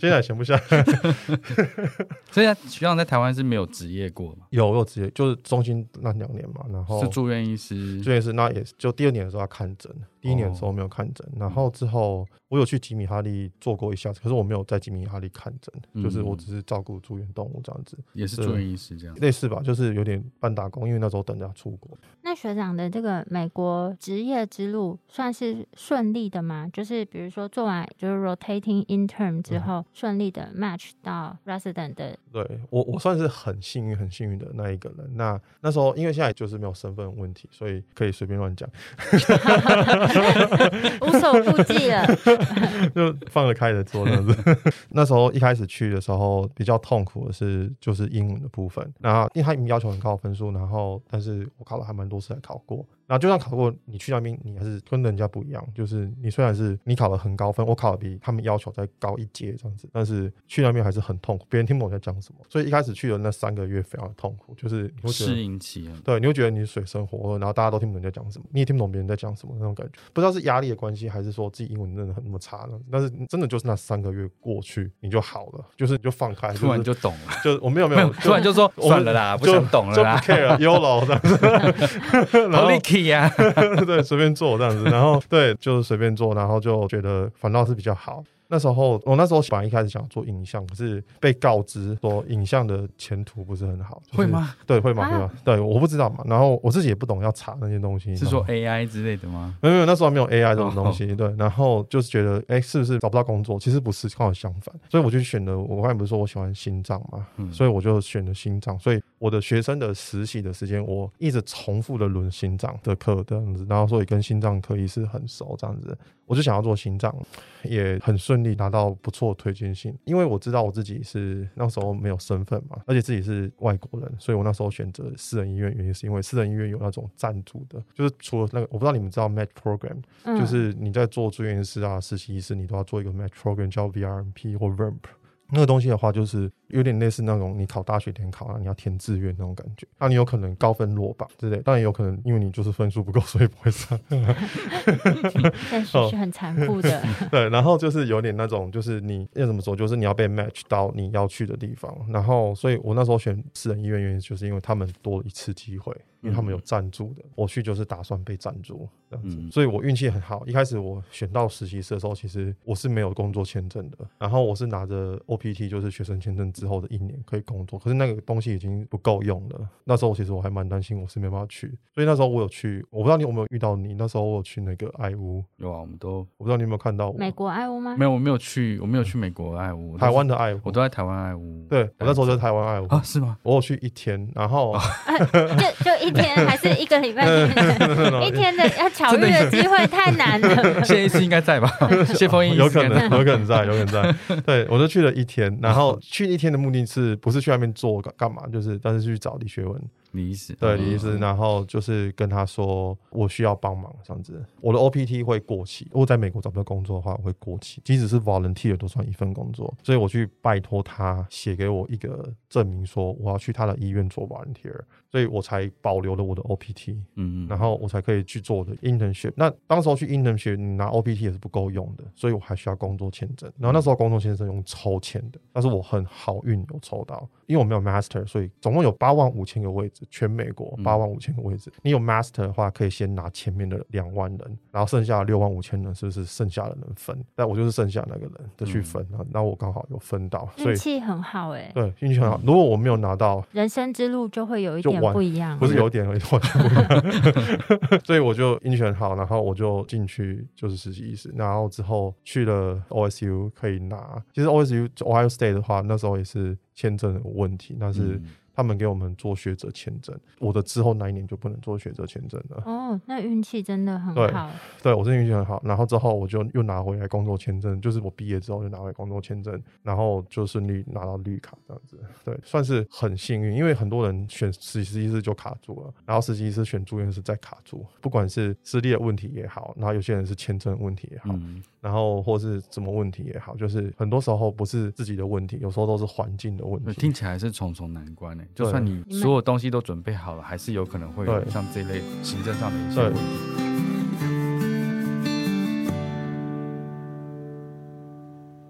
[SPEAKER 3] 现在闲不下来。
[SPEAKER 2] 所以啊徐亮在台湾是没有职业过嘛，
[SPEAKER 3] 有我有职业，就是中心那两年嘛，然后
[SPEAKER 2] 是住院医师，
[SPEAKER 3] 住院是那也是哦就第二年的时候要看诊，第一年的时
[SPEAKER 2] 哦
[SPEAKER 3] 候没有看诊，
[SPEAKER 2] 嗯
[SPEAKER 3] 然后之后我有去吉米哈利做过一下子，可是我没有在吉米哈利看诊，就是我
[SPEAKER 2] 嗯
[SPEAKER 3] 只是照顾住院动物这样子，
[SPEAKER 2] 也是住院医师这样。
[SPEAKER 3] 类似吧，就是有点半打工，因为那时候等着要出国，
[SPEAKER 1] 那学长的这个美国职业之路算是顺利的吗？就是比如说做完就是 rotating intern 之
[SPEAKER 3] 嗯
[SPEAKER 1] 后，顺利的 match 到 resident 的
[SPEAKER 3] 对我我算是很幸运很幸运的那一个人。那那时候因为现在就是没有身份问题，所以可以随便乱讲，
[SPEAKER 1] 无所顾忌
[SPEAKER 3] [LAUGHS]
[SPEAKER 1] 了。
[SPEAKER 3] 就放得开的做这样子。 [LAUGHS] 那时候一开始去的时候比较痛苦的是就是英文的部分，那因为他要求很高的分数，然后但是我考了还蛮多次才考过。然后就算考过，你去那边你还是跟人家不一样，就是你虽然是你考了很高分，我考的比他们要求再高一阶这样子，但是去那边还是很痛苦，别人听不懂我在讲什么。所以一开始去的那三个月非常的痛苦，就是你会觉得
[SPEAKER 2] 适应期啊，
[SPEAKER 3] 对，你会觉得你水深火热，然后大家都听不懂你在讲什么，你也听不懂别人在讲什么那种感觉。不知道是压力的关系，还是说自己英文真的很那么差呢？但是真的就是那三个月过去，你就好了，就是你就放开，
[SPEAKER 2] 突然
[SPEAKER 3] 就
[SPEAKER 2] 就懂了，
[SPEAKER 3] 是就我没有没
[SPEAKER 2] 没有
[SPEAKER 3] 有，
[SPEAKER 2] 突然就
[SPEAKER 3] [LAUGHS]
[SPEAKER 2] 说
[SPEAKER 3] 我们
[SPEAKER 2] 算了啦，不想懂了
[SPEAKER 3] 就不
[SPEAKER 2] 啦 [LAUGHS]
[SPEAKER 3] care 了，YOLO 这样子，然
[SPEAKER 2] 好
[SPEAKER 3] [LAUGHS] 后
[SPEAKER 2] l i k y
[SPEAKER 3] 哦
[SPEAKER 2] 啊，
[SPEAKER 3] 对，随便做这样子，然后对，就是随便做，然后就觉得反倒是比较好。那时候我那时候本来一开始想做影像，可是被告知说影像的前途不是很好，就是
[SPEAKER 2] 会？吗？
[SPEAKER 3] 对，会吗？
[SPEAKER 1] 啊
[SPEAKER 3] 会吗？对，我不知道嘛，然后我自己也不懂要查那些东西，
[SPEAKER 2] 是
[SPEAKER 3] 然后
[SPEAKER 2] 说 AI 之类的吗？
[SPEAKER 3] 没有没有，那时候还没有 AI 这种东西，对。然后就是觉得，哎、是不是找不到工作？其实不是，刚好相反。所以我就选了，我刚才不是说我喜欢心脏嘛，
[SPEAKER 2] 嗯
[SPEAKER 3] 所以我就选了心脏。所以我的学生的实习的时间，我一直重复的轮心脏的课这样子，然后所以跟心脏科医师很熟这样子。我就想要做心脏，也很顺利拿到不错的推荐信，因为我知道我自己是那时候没有身份嘛，而且自己是外国人，所以我那时候选择私人医院，原因是因为私人医院有那种赞助的，就是除了那个，我不知道你们知道 match program
[SPEAKER 1] 嗯，
[SPEAKER 3] 就是你在做住院医师啊、实习医师，你都要做一个 match program，叫 VRMP 或 VRMP。那个东西的话，就是有点类似那种你考大学联考啊，你要填志愿那种感觉。那你有可能高分落榜之类，当然也有可能因为你就是分数不够，所以不会上。
[SPEAKER 1] 现实
[SPEAKER 3] 哦
[SPEAKER 1] 是很残酷
[SPEAKER 3] [LAUGHS]
[SPEAKER 1] 的。
[SPEAKER 3] 对，然后就是有点那种，就是你要怎么说，就是你要被 match 到你要去的地方。然后，所以我那时候选私人医院，原因就是因为他们多了一次机会，因为他们有赞助的，我去就是打算被赞助这样子。
[SPEAKER 2] 嗯
[SPEAKER 3] 所以我运气很好，一开始我选到实习生的时候，其实我是没有工作签证的，然后我是拿着 OPT，就是学生签证之后的一年可以工作，可是那个东西已经不够用了。那时候其实我还蛮担心我是没办法去，所以那时候我有去，我不知道你有没有遇到你，那时候我有去那个爱屋。
[SPEAKER 2] 有啊，我们都
[SPEAKER 3] 我不知道你有没有看到我，
[SPEAKER 1] 美国爱屋吗？
[SPEAKER 2] 没有，我没有去，我没有去美国爱屋，我都
[SPEAKER 3] 台湾的爱
[SPEAKER 2] 我
[SPEAKER 3] 屋，
[SPEAKER 2] 都在台湾爱屋。
[SPEAKER 3] 对我那时候在台湾爱屋，
[SPEAKER 2] 啊，哦是吗？
[SPEAKER 3] 我有去一天，然后 [LAUGHS]
[SPEAKER 1] 就就一天还是一个礼拜？一天的要巧遇的机会太难了。
[SPEAKER 2] 谢医师应该在吧？谢峰医师
[SPEAKER 3] 有可
[SPEAKER 2] 应
[SPEAKER 1] [LAUGHS]
[SPEAKER 2] 该在
[SPEAKER 3] 能有可能在，有可能
[SPEAKER 2] [LAUGHS]
[SPEAKER 3] 在，对我就去了一天，然后去一天的目的是不是去外面做干干嘛，就是但是去找李学文，
[SPEAKER 2] 李医师，
[SPEAKER 3] 对
[SPEAKER 2] 嗯
[SPEAKER 3] 李医师，
[SPEAKER 4] 哦
[SPEAKER 3] 然后就是跟他说我需要帮忙这样子，我的 OPT 会过期，如果在美国找不到工作的话，我会过期，即使是 volunteer 都算一份工作，所以我去拜托他写给我一个证明，说我要去他的医院做 volunteer，所以我才保留了我的 OPT，
[SPEAKER 4] 哦
[SPEAKER 2] 嗯，
[SPEAKER 3] 然后我才可以去做我的 internship。那当时候去 internship，你拿 OPT 也是不够用的，所以我还需要工作签证。然后那时候工作签证用抽签的，但是我很好运有抽到，因为我没有 master，所以总共有八万五千个位置，全美国
[SPEAKER 2] 嗯
[SPEAKER 3] 八万五千个位置。你有 master 的话，可以先拿前面的两万人，然后剩下六万五千人就是剩下的人分。但我就是剩下那个人的去
[SPEAKER 2] 嗯
[SPEAKER 3] 分啊，那我刚好有分到， [LAUGHS] 所
[SPEAKER 1] 运
[SPEAKER 3] 以
[SPEAKER 1] 气很好哎、
[SPEAKER 3] 对运气很好。如果我没有拿到，
[SPEAKER 1] 人生之路就会有一
[SPEAKER 3] 就
[SPEAKER 1] 点
[SPEAKER 3] 完
[SPEAKER 1] 不一样，
[SPEAKER 3] 不是有 [LAUGHS] 点而已，我全部一样 [LAUGHS] 所以我就运气很好，然后我就进去就是实习医师，然后之后去了 OSU 可以拿，其实 OSU 就 Ohio State 的话，那时候也是签证有问题，但是
[SPEAKER 2] 嗯
[SPEAKER 3] 他们给我们做学者签证，我的之后那一年就不能做学者签证了。
[SPEAKER 1] 哦，那运气真的很
[SPEAKER 3] 对
[SPEAKER 1] 好，
[SPEAKER 3] 对我真的运气很好，然后之后我就又拿回来工作签证，就是我毕业之后就拿回来工作签证，然后就顺利拿到绿卡这样子，对，算是很幸运，因为很多人选实习医师就卡住了，然后实习医师选住院是再卡住，不管是资历的问题也好，然后有些人是签证问题也好，
[SPEAKER 2] 嗯
[SPEAKER 3] 然后或是什么问题也好，就是很多时候不是自己的问题，有时候都是环境的问
[SPEAKER 4] 对
[SPEAKER 3] 题
[SPEAKER 4] 听。起来是重重难关呢、
[SPEAKER 3] 嗯对
[SPEAKER 4] 就算你
[SPEAKER 1] 你们
[SPEAKER 4] 所有东西都准备好了，还是有可能会有
[SPEAKER 3] 对
[SPEAKER 4] 像这类行政上的一些
[SPEAKER 3] 对
[SPEAKER 4] 问题。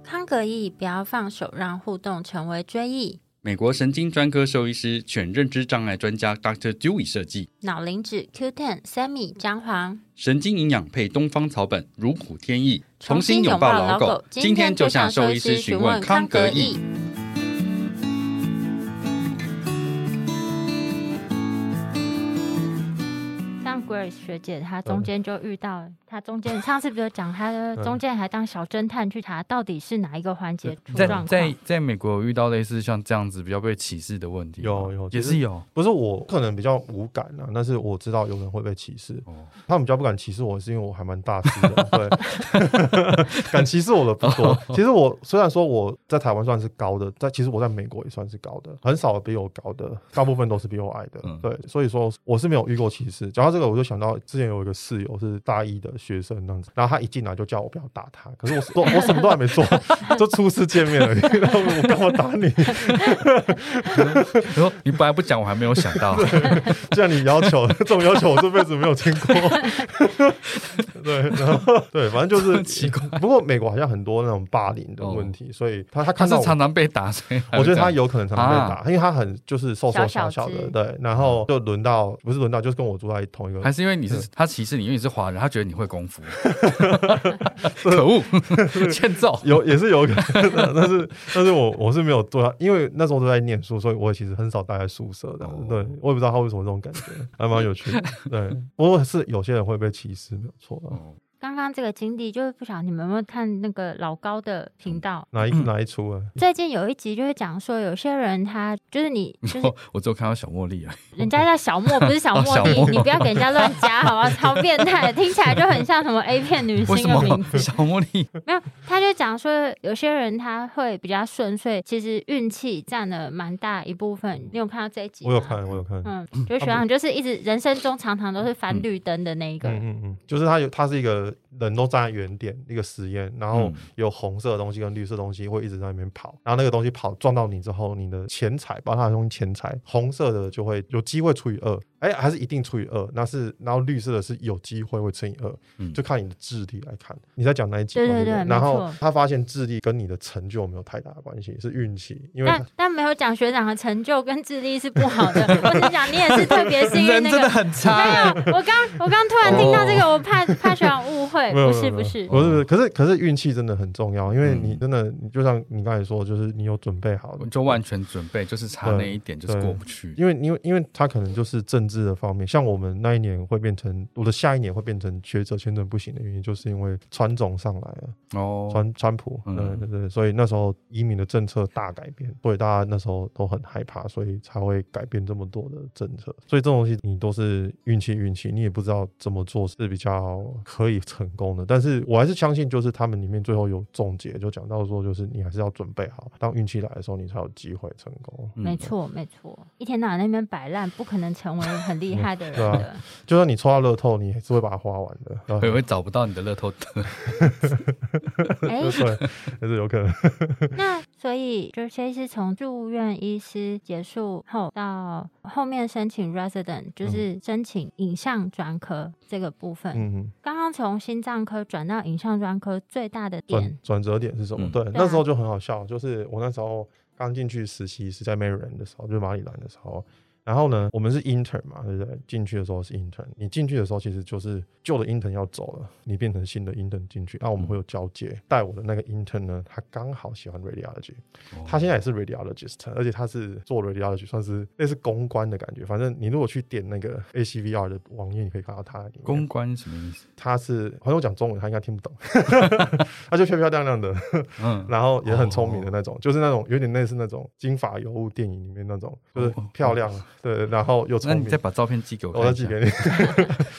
[SPEAKER 1] 康格义不要放手，让互动成为追忆。
[SPEAKER 2] 美国神经专科兽医师、犬认知障碍专家 Dr. Dewey 设计，
[SPEAKER 1] 脑磷脂 Q10、Sammy、姜黄，
[SPEAKER 2] 神经营养配东方草本，如虎添翼，重新拥抱老狗。今天就向兽医师询问康格义。。
[SPEAKER 1] 像 Grace 学姐，她中间就遇到，她
[SPEAKER 4] [LAUGHS]
[SPEAKER 1] 中间上次不是讲，她的
[SPEAKER 3] 嗯
[SPEAKER 1] 中间还当小侦探去查到底是哪一个环节出
[SPEAKER 4] 在
[SPEAKER 1] 状
[SPEAKER 4] 在
[SPEAKER 1] 况。
[SPEAKER 4] 在美国有遇到类似像这样子比较被歧视的问题吗，
[SPEAKER 3] 有有
[SPEAKER 4] 也
[SPEAKER 3] 就是
[SPEAKER 4] 是有
[SPEAKER 3] 不是我可能比较无感啊，但是我知道有人会被歧视，
[SPEAKER 4] 哦， [LAUGHS]
[SPEAKER 3] 他们比较不敢歧视我，是因为我还蛮大只的，对， [LAUGHS] 敢歧视我的不多。其实我虽然说我在台湾算是高的，但其实我在美国也算是高的，很少比我高的，大部分都是比我矮的。
[SPEAKER 4] 嗯
[SPEAKER 3] 对，所以说我是没有遇过歧视。讲到这个，我就想到之前有一个室友是大一的学生那样子，然后他一进来就叫我不要打他，可是我说 [LAUGHS] 我什么都还没做，就初次见面而已，然后我干嘛打你？
[SPEAKER 4] 你说你本来不讲，我还没有想到，
[SPEAKER 3] 既然你要求这种要求，我这辈子没
[SPEAKER 4] [LAUGHS]
[SPEAKER 3] 有听过。对，然后对，反正就是
[SPEAKER 4] 奇怪。哦
[SPEAKER 3] 不过美国好像很多那种霸凌的问题，所以他
[SPEAKER 4] 他
[SPEAKER 3] 他看
[SPEAKER 4] 是
[SPEAKER 3] 到我
[SPEAKER 4] 常常被打，所以才
[SPEAKER 3] 我
[SPEAKER 4] 会
[SPEAKER 3] 觉得他
[SPEAKER 4] 这样
[SPEAKER 3] 有可能常常被打，
[SPEAKER 4] 啊
[SPEAKER 3] 因为他很就是瘦瘦小小
[SPEAKER 1] 小
[SPEAKER 3] 的，
[SPEAKER 1] 小只
[SPEAKER 3] 对，然后就轮到不是轮到，就是跟我住在同一个
[SPEAKER 4] 还是因为你是他歧视你，因为你是华人，他觉得你会功
[SPEAKER 3] [LAUGHS]
[SPEAKER 4] 夫，可恶，欠揍。
[SPEAKER 3] 有也是有可能 [LAUGHS] 的，但是但是我我是没有对他，因为那时候都在念书，所以我其实很少待在宿舍的。
[SPEAKER 4] 哦
[SPEAKER 3] 对，我也不知道他为什么这种感觉，还蛮有趣的。
[SPEAKER 4] [LAUGHS]
[SPEAKER 3] 对，不过是有些人会被歧视，没有错啊。
[SPEAKER 4] 哦
[SPEAKER 1] 刚刚这个经历，就是不晓得你们有没有看那个老高
[SPEAKER 4] 嗯
[SPEAKER 1] 的频道？
[SPEAKER 3] 哪一哪一出啊？
[SPEAKER 1] 最近有一集就是讲说，有些人他就是你，就是
[SPEAKER 4] [LAUGHS] 我我只有看到小茉莉啊而已。
[SPEAKER 1] 人家叫小莫，不是小
[SPEAKER 4] 哦
[SPEAKER 1] 莫
[SPEAKER 4] 小
[SPEAKER 1] 弟，
[SPEAKER 4] 莫
[SPEAKER 1] 你不要给人家乱加，好吧？超变态，听起来就很像什么 A 片女
[SPEAKER 4] [LAUGHS] 为
[SPEAKER 1] 星
[SPEAKER 4] 什
[SPEAKER 1] 的
[SPEAKER 4] 么
[SPEAKER 1] 名字。
[SPEAKER 4] 小茉莉？
[SPEAKER 1] 没有，他就讲说，有些人他会比较顺遂，其实运气占了蛮大一部分。你有看到这一集？
[SPEAKER 3] 我有。看，我有看。
[SPEAKER 1] 嗯，就是学
[SPEAKER 4] 啊
[SPEAKER 1] 长，就是一直人生中常常都是翻绿灯的那一个
[SPEAKER 3] 嗯
[SPEAKER 1] 人。
[SPEAKER 3] 嗯嗯，就是它有，它是一个人都站在原点一个实验，然后
[SPEAKER 4] 嗯
[SPEAKER 3] 有红色的东西跟绿色的东西会一直在那边跑，然后那个东西跑撞到你之后，你的钱财，把它的东西钱财，红色的就会有机会除以二，哎，还是一定除以二，那是然后绿色的是有机会会乘以二，
[SPEAKER 4] 嗯
[SPEAKER 3] 就看你的智力来看。你在讲哪一集嘛？
[SPEAKER 1] 对对
[SPEAKER 3] 不
[SPEAKER 1] 对没
[SPEAKER 3] 然后
[SPEAKER 1] 错
[SPEAKER 3] 他发现智力跟你的成就没有太大的关系，是运气，因为
[SPEAKER 1] 但但没有讲学长的成就跟智力是不好
[SPEAKER 3] [LAUGHS]
[SPEAKER 1] 的，我只讲你也是特别幸运
[SPEAKER 4] 人
[SPEAKER 1] 那
[SPEAKER 4] 真的
[SPEAKER 1] 个。
[SPEAKER 4] 很差
[SPEAKER 1] [LAUGHS] 没有
[SPEAKER 4] 欸。，
[SPEAKER 1] 我刚我刚突然听到这个，我怕怕学长误会，
[SPEAKER 3] 哦没有
[SPEAKER 1] 哎不是不
[SPEAKER 3] 没有哦没有
[SPEAKER 1] 是，
[SPEAKER 3] 不是不是，可是可是运气真的很重要，因为
[SPEAKER 4] 嗯
[SPEAKER 3] 你真的，你就像你刚才说，就是你有准备好
[SPEAKER 4] 我，就完全准备，就是差那一点，就是过不去。
[SPEAKER 3] 因为因为因为他可能就是政治的方面，像我们那一年会变成我的下一年会变成学者签证不行的原因，就是因为川总上来了，
[SPEAKER 4] 哦，
[SPEAKER 3] 川川普，
[SPEAKER 4] 嗯
[SPEAKER 3] 对对对，所以那时候移民的政策大改变，所以大家那时候都很害怕，所以才会改变这么多的政策。所以这种东西你都是运气运气，你也不知道怎么做是比较可以成功的。但是我还是相信，就是他们里面最后有总结，就讲到说，就是你还是要准备好，当运气来的时候，你才有机会成功。
[SPEAKER 4] 嗯
[SPEAKER 1] 没错没错，一天到晚在那边摆烂，不可能成为很厉害的人
[SPEAKER 3] 对啊
[SPEAKER 1] 的。
[SPEAKER 3] 就算你抽到乐透，你也是会把它花完的。
[SPEAKER 2] 哎
[SPEAKER 3] 对
[SPEAKER 4] 会会找不到你的乐透灯。
[SPEAKER 1] 哎、
[SPEAKER 3] 对，还是有可能。
[SPEAKER 1] 那所以就先是从住院医师结束后到后面申请 resident，就是申请影像专科这个部分。
[SPEAKER 3] 嗯，
[SPEAKER 1] 刚刚从心脏科转到影像专科，最大的
[SPEAKER 3] 转
[SPEAKER 1] 点
[SPEAKER 3] 转折点是什么？
[SPEAKER 4] 嗯
[SPEAKER 3] 对，
[SPEAKER 1] 对啊
[SPEAKER 3] 那时候就很好笑，就是我那时候。刚进去实习是在 Maryland 的时候，就是马里兰的时候。然后呢，我们是 intern 嘛，对不对？进去的时候是 intern，你进去的时候其实就是旧的 intern 要走了，你变成新的 intern 进去，那、我们会有交接。带我的那个 intern 呢，他刚好喜欢 radiology，他现在也是 radiologist，而且他是做 radiology，算是类似公关的感觉。反正你如果去点那个 ACVR 的网页，你可以看到他
[SPEAKER 4] 哦公关什么意思？
[SPEAKER 3] 他是好像我讲中文，他应该听不懂， [LAUGHS] 他就漂漂亮亮的，
[SPEAKER 4] 嗯，
[SPEAKER 3] 然后也很聪明的那种，就是那种有点类似那种金发尤物电影里面那种，就是漂亮，对，然后又
[SPEAKER 4] 哦那
[SPEAKER 3] 聪
[SPEAKER 4] 你再
[SPEAKER 3] 明。
[SPEAKER 4] 把照片寄给我看
[SPEAKER 3] 我
[SPEAKER 4] 一下，
[SPEAKER 3] 再
[SPEAKER 4] [LAUGHS]
[SPEAKER 3] 寄给你，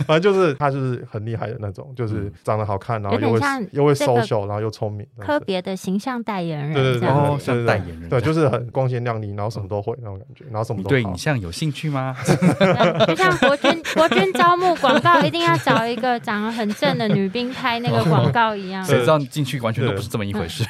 [SPEAKER 3] 反正就是他就是很厉害的那种，就是长得好看，然后又
[SPEAKER 1] 有
[SPEAKER 3] 会
[SPEAKER 1] 点像
[SPEAKER 3] 又会
[SPEAKER 1] 这个
[SPEAKER 3] social，然后又聪明，这样
[SPEAKER 1] 科
[SPEAKER 3] 子
[SPEAKER 1] 别的形象代言人
[SPEAKER 3] 对对
[SPEAKER 1] 这
[SPEAKER 3] 对对
[SPEAKER 1] 样
[SPEAKER 4] 哦
[SPEAKER 3] 对，
[SPEAKER 1] 子。
[SPEAKER 4] 像
[SPEAKER 3] 对对
[SPEAKER 4] 代言人
[SPEAKER 3] 对，
[SPEAKER 4] 这样
[SPEAKER 3] 就是很光鲜亮丽，然后什么都会那种感觉，然后什么
[SPEAKER 4] 你
[SPEAKER 3] 都
[SPEAKER 4] 对
[SPEAKER 3] 好
[SPEAKER 4] 影像有兴趣吗？
[SPEAKER 1] [LAUGHS] 就像国军国军招募广告，一定要找一个长得很正的女兵拍那个广告一
[SPEAKER 3] [LAUGHS]
[SPEAKER 1] 样。
[SPEAKER 4] 谁知道你进去完全都不是这么一回事。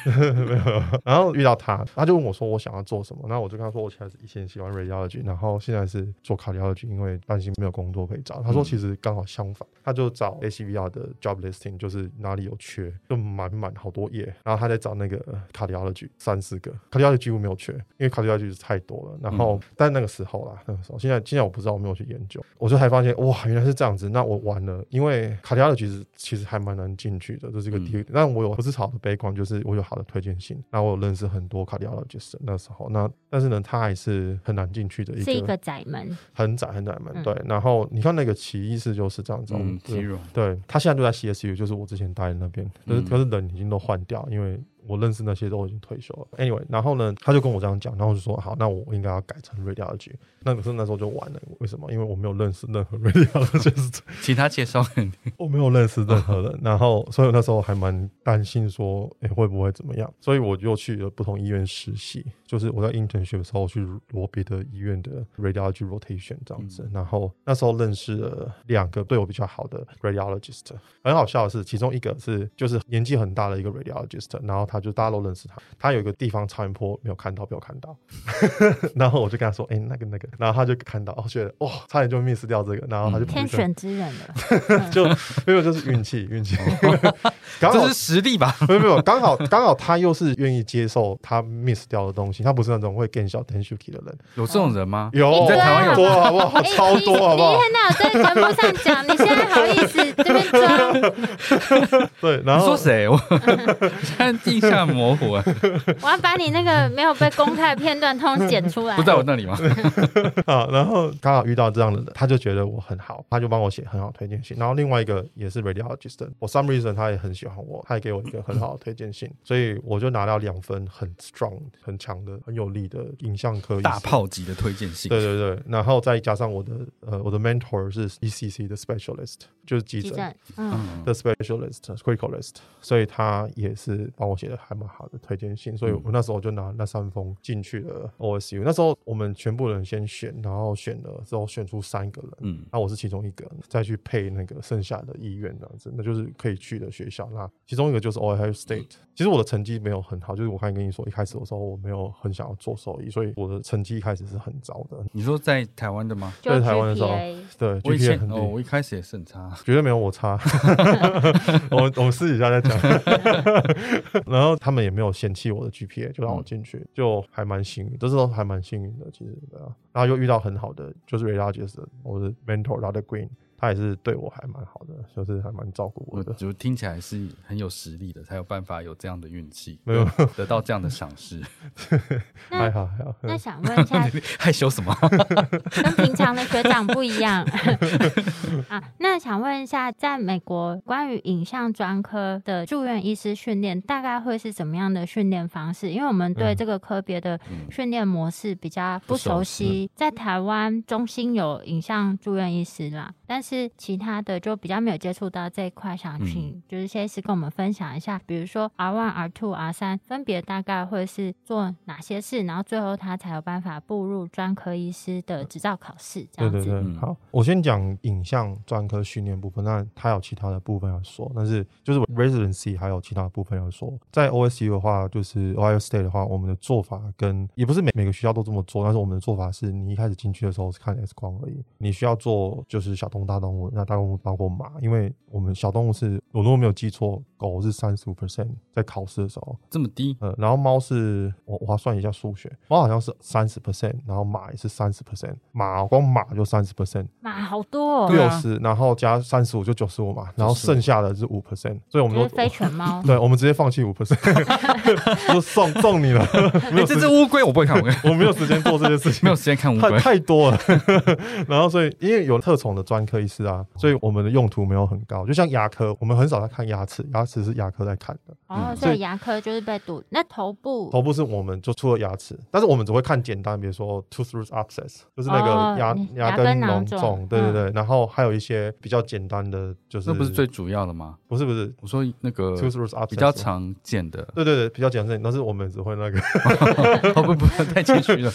[SPEAKER 3] 然后遇到他，他就问我说我想要做什么，那我就跟他说我现在是以前喜欢 radiology，然后现在是做 cardiology，因为担心没有工作可以找。他说其实刚好相反，他就找 ACVR 的 job listing，就是哪里有缺，就满满好多页，然后他在找那个 cardiology 三四个，cardiology 几乎没有缺，因为 cardiology 太多了。然后、但那个时候啦，那个时候现在现在我不知道我没有去研究，我就才发现哇原来是这样子，那我完了，因为 cardiology 其实其实还蛮难进去的，这是一个
[SPEAKER 4] 嗯
[SPEAKER 3] 第一个但我有不是好的悲观，就是我有好的推荐信，那我有认识很多 cardiologist 那时候，那但是呢，他还是很难进去的一
[SPEAKER 1] 是一个
[SPEAKER 3] 个
[SPEAKER 1] 窄门，
[SPEAKER 3] 很窄很窄门。
[SPEAKER 1] 嗯
[SPEAKER 3] 对，然后你看那个奇异事就是这样子，我们
[SPEAKER 4] 嗯，肌肉，
[SPEAKER 3] 对他现在就在 CSU，就是我之前待的那边，可是、
[SPEAKER 4] 嗯
[SPEAKER 3] 可是人已经都换掉，因为我认识那些都已经退休了。Anyway，然后呢，他就跟我这样讲，然后我就说好，那我应该要改成 radiology。那可是那时候就完了，为什么？因为我没有认识任何 [LAUGHS] radiologist，
[SPEAKER 4] 请他介绍给你。
[SPEAKER 3] 我没有认识任何人，然后所以我那时候还蛮担心说，诶、会不会怎么样？所以我就去了不同医院实习，就是我在 internship 的时候去罗别的医院的 radiology rotation 这样子，然后那时候认识了两个对我比较好的 radiologist，很好笑的是，其中一个是就是年纪很大的一个 radiologist，然后他就大家都认识他，他有一个地方超音波没有看到，被我看到， [LAUGHS] 然后我就跟他说，诶、那个那个，然后他就看到，哦，觉得哇、差点就 miss 掉这个，然后他就跑
[SPEAKER 1] 天
[SPEAKER 3] 去跟
[SPEAKER 1] 选之人了。
[SPEAKER 3] 就没有就是运气，运气。刚好
[SPEAKER 4] 哦这是实力吧？
[SPEAKER 3] 没有没有，刚好刚好他又是愿意接受他 miss 掉的东西，他不是那种会更小 t e n s h u k i 的人。
[SPEAKER 4] 有这种人吗？
[SPEAKER 3] 有
[SPEAKER 1] 你在台湾有
[SPEAKER 3] 多好不好？
[SPEAKER 1] 哎你
[SPEAKER 3] [LAUGHS] 超多好不好
[SPEAKER 1] 你？很好，在节目上讲，你现在好意思这边装？
[SPEAKER 3] 对，然
[SPEAKER 4] 哦你
[SPEAKER 3] 后
[SPEAKER 4] 说谁？我现在印象模糊啊，
[SPEAKER 1] 我要把你那个没有被公开的片段通通剪出来。
[SPEAKER 4] 不在我那里吗？
[SPEAKER 3] 啊，然后刚好遇到这样的人，他就觉得我很好，他就帮我写很好的推荐信。然后另外一个也是 radiologist，的我 some reason 他也很喜欢我，他也给我一个很好的推荐信，所以我就拿到两份很 strong、很强的、很有力的影像科医
[SPEAKER 4] 大
[SPEAKER 3] 生
[SPEAKER 4] 炮级的推荐信，
[SPEAKER 3] 对对对，然后再加上我的呃我的 mentor 是 ECC 的 specialist，就是急
[SPEAKER 1] 急
[SPEAKER 3] 诊
[SPEAKER 1] 诊，嗯，
[SPEAKER 4] 嗯，
[SPEAKER 3] 的 specialist criticalist，所以他也是帮我写的还蛮好的推荐信，所以我那时候就拿那三封进去了 OSU。那时候我们全部人先选，然后选了之后选出三个人，
[SPEAKER 4] 嗯，
[SPEAKER 3] 那我是其中一个，再去配那个剩下的医院这样子，那就是可以去的学校。那其中一个就是 Ohio State。其实我的成绩没有很好，就是我刚才跟你说，一开始的时候我没有很想要做兽医，所以我的成绩一开始是很糟的。
[SPEAKER 4] 你说在台湾的吗？
[SPEAKER 1] 就
[SPEAKER 3] 在台湾的时候
[SPEAKER 1] GPA
[SPEAKER 3] [LAUGHS] 对
[SPEAKER 4] 我以
[SPEAKER 3] ，GPA
[SPEAKER 4] 前
[SPEAKER 3] 很低，
[SPEAKER 4] 哦，我一开始也是很差，
[SPEAKER 3] 绝对没有我差。我们我们私底下再讲。 [LAUGHS] 然后他们也没有嫌弃我的 GPA，就
[SPEAKER 4] 嗯
[SPEAKER 3] 让我进去，就还蛮幸运，这时候还蛮幸运的，其实对啊。然后又遇到很好的，就是 r a d a r 我的 mentor r a d a Green，他也是对我还蛮好的，就是还蛮照顾
[SPEAKER 4] 我
[SPEAKER 3] [LAUGHS] 我的。
[SPEAKER 4] 就听起来是很有实力的，才有办法有这样的运气，
[SPEAKER 3] 没有
[SPEAKER 4] 得到这样的赏识。嗯
[SPEAKER 1] 那
[SPEAKER 3] 还好还好，
[SPEAKER 1] 那想问一
[SPEAKER 4] [LAUGHS]
[SPEAKER 1] 下，
[SPEAKER 4] 害羞什么？
[SPEAKER 1] 跟平常的学长不一样 [LAUGHS] 啊。那想问一下，在美国关于影像专科的住院医师训练，大概会是怎么样的训练方式？因为我们对这个科别的训练模式比较嗯不熟悉。在台湾中心有影像住院医师啦，但是其他的就比较没有接触到这一块，想
[SPEAKER 3] 嗯
[SPEAKER 1] 请就是谢医师跟我们分享一下，比如说 R one、R two、R 三分别大概会是做哪些事，然后最后他才有办法步入专科医师的执照考试这样
[SPEAKER 3] 对
[SPEAKER 1] 子。
[SPEAKER 3] 对对，
[SPEAKER 4] 嗯
[SPEAKER 3] 好，我先讲影像专科训练部分，那它有其他的部分要说，但是就是 residency 还有其他的部分要说。在 OSU 的话，就是 Ohio State 的话，我们的做法跟也不是每每个学校都这么做，但是我们的做法是你一开始进去的时候是看 X 光而已，你需要做就是小动大动物，那大动物包括马，因为我们小动物是我如果没有记错，狗是三十五 percent 在考试的时候，
[SPEAKER 4] 这么低，
[SPEAKER 3] 呃，然后猫是我我要算一下数学，猫好像是三十 percent，然后马也是三十 percent，马光马就三十 percent，
[SPEAKER 1] 马好多、哦，
[SPEAKER 4] 对
[SPEAKER 3] 六
[SPEAKER 4] 啊
[SPEAKER 3] 十，然后加三十五就九十五嘛，然后剩下的是五 percent，所以我们
[SPEAKER 1] 啊就
[SPEAKER 3] 都。
[SPEAKER 1] 是飞犬猫
[SPEAKER 3] [LAUGHS] 对，我们直接放弃五
[SPEAKER 1] [LAUGHS]
[SPEAKER 3] percent，就送送你了，
[SPEAKER 4] 哎，
[SPEAKER 3] 没有
[SPEAKER 4] 这只
[SPEAKER 3] 时间，
[SPEAKER 4] 乌龟我不会看，
[SPEAKER 3] [LAUGHS]
[SPEAKER 4] 我跟你
[SPEAKER 3] 我没有时间做这件事情
[SPEAKER 4] 没有。时间看乌
[SPEAKER 3] 太
[SPEAKER 4] 龟。 [LAUGHS]
[SPEAKER 3] 太多了， [LAUGHS] 然后所以因为有特宠的专科医师啊，所以我们的用途没有很高。就像牙科，我们很少在看牙齿，牙齿是牙科在看的，
[SPEAKER 1] 哦，
[SPEAKER 3] 所
[SPEAKER 1] 所
[SPEAKER 3] 以
[SPEAKER 1] 以牙科就是被堵。那头部
[SPEAKER 3] 头部是我们就除了牙齿，但是我们只会看简单，比如说哦 tooth root abscess，就是那
[SPEAKER 1] 哦
[SPEAKER 3] 个牙、
[SPEAKER 1] 你
[SPEAKER 3] 嗯牙
[SPEAKER 1] 牙根
[SPEAKER 3] 根啊
[SPEAKER 1] 囊
[SPEAKER 3] 囊
[SPEAKER 1] 肿
[SPEAKER 3] 肿，对对对，然后还有一些比较简单的，就是
[SPEAKER 4] 这不是最主要的吗？
[SPEAKER 3] 不是不是
[SPEAKER 4] 我说那个
[SPEAKER 3] tooth root abscess
[SPEAKER 4] 比较
[SPEAKER 3] 吗。
[SPEAKER 4] 常见的，
[SPEAKER 3] 对对对，比较简单，但是我们只会那个， [LAUGHS]
[SPEAKER 4] 哦不不，太谦虚了。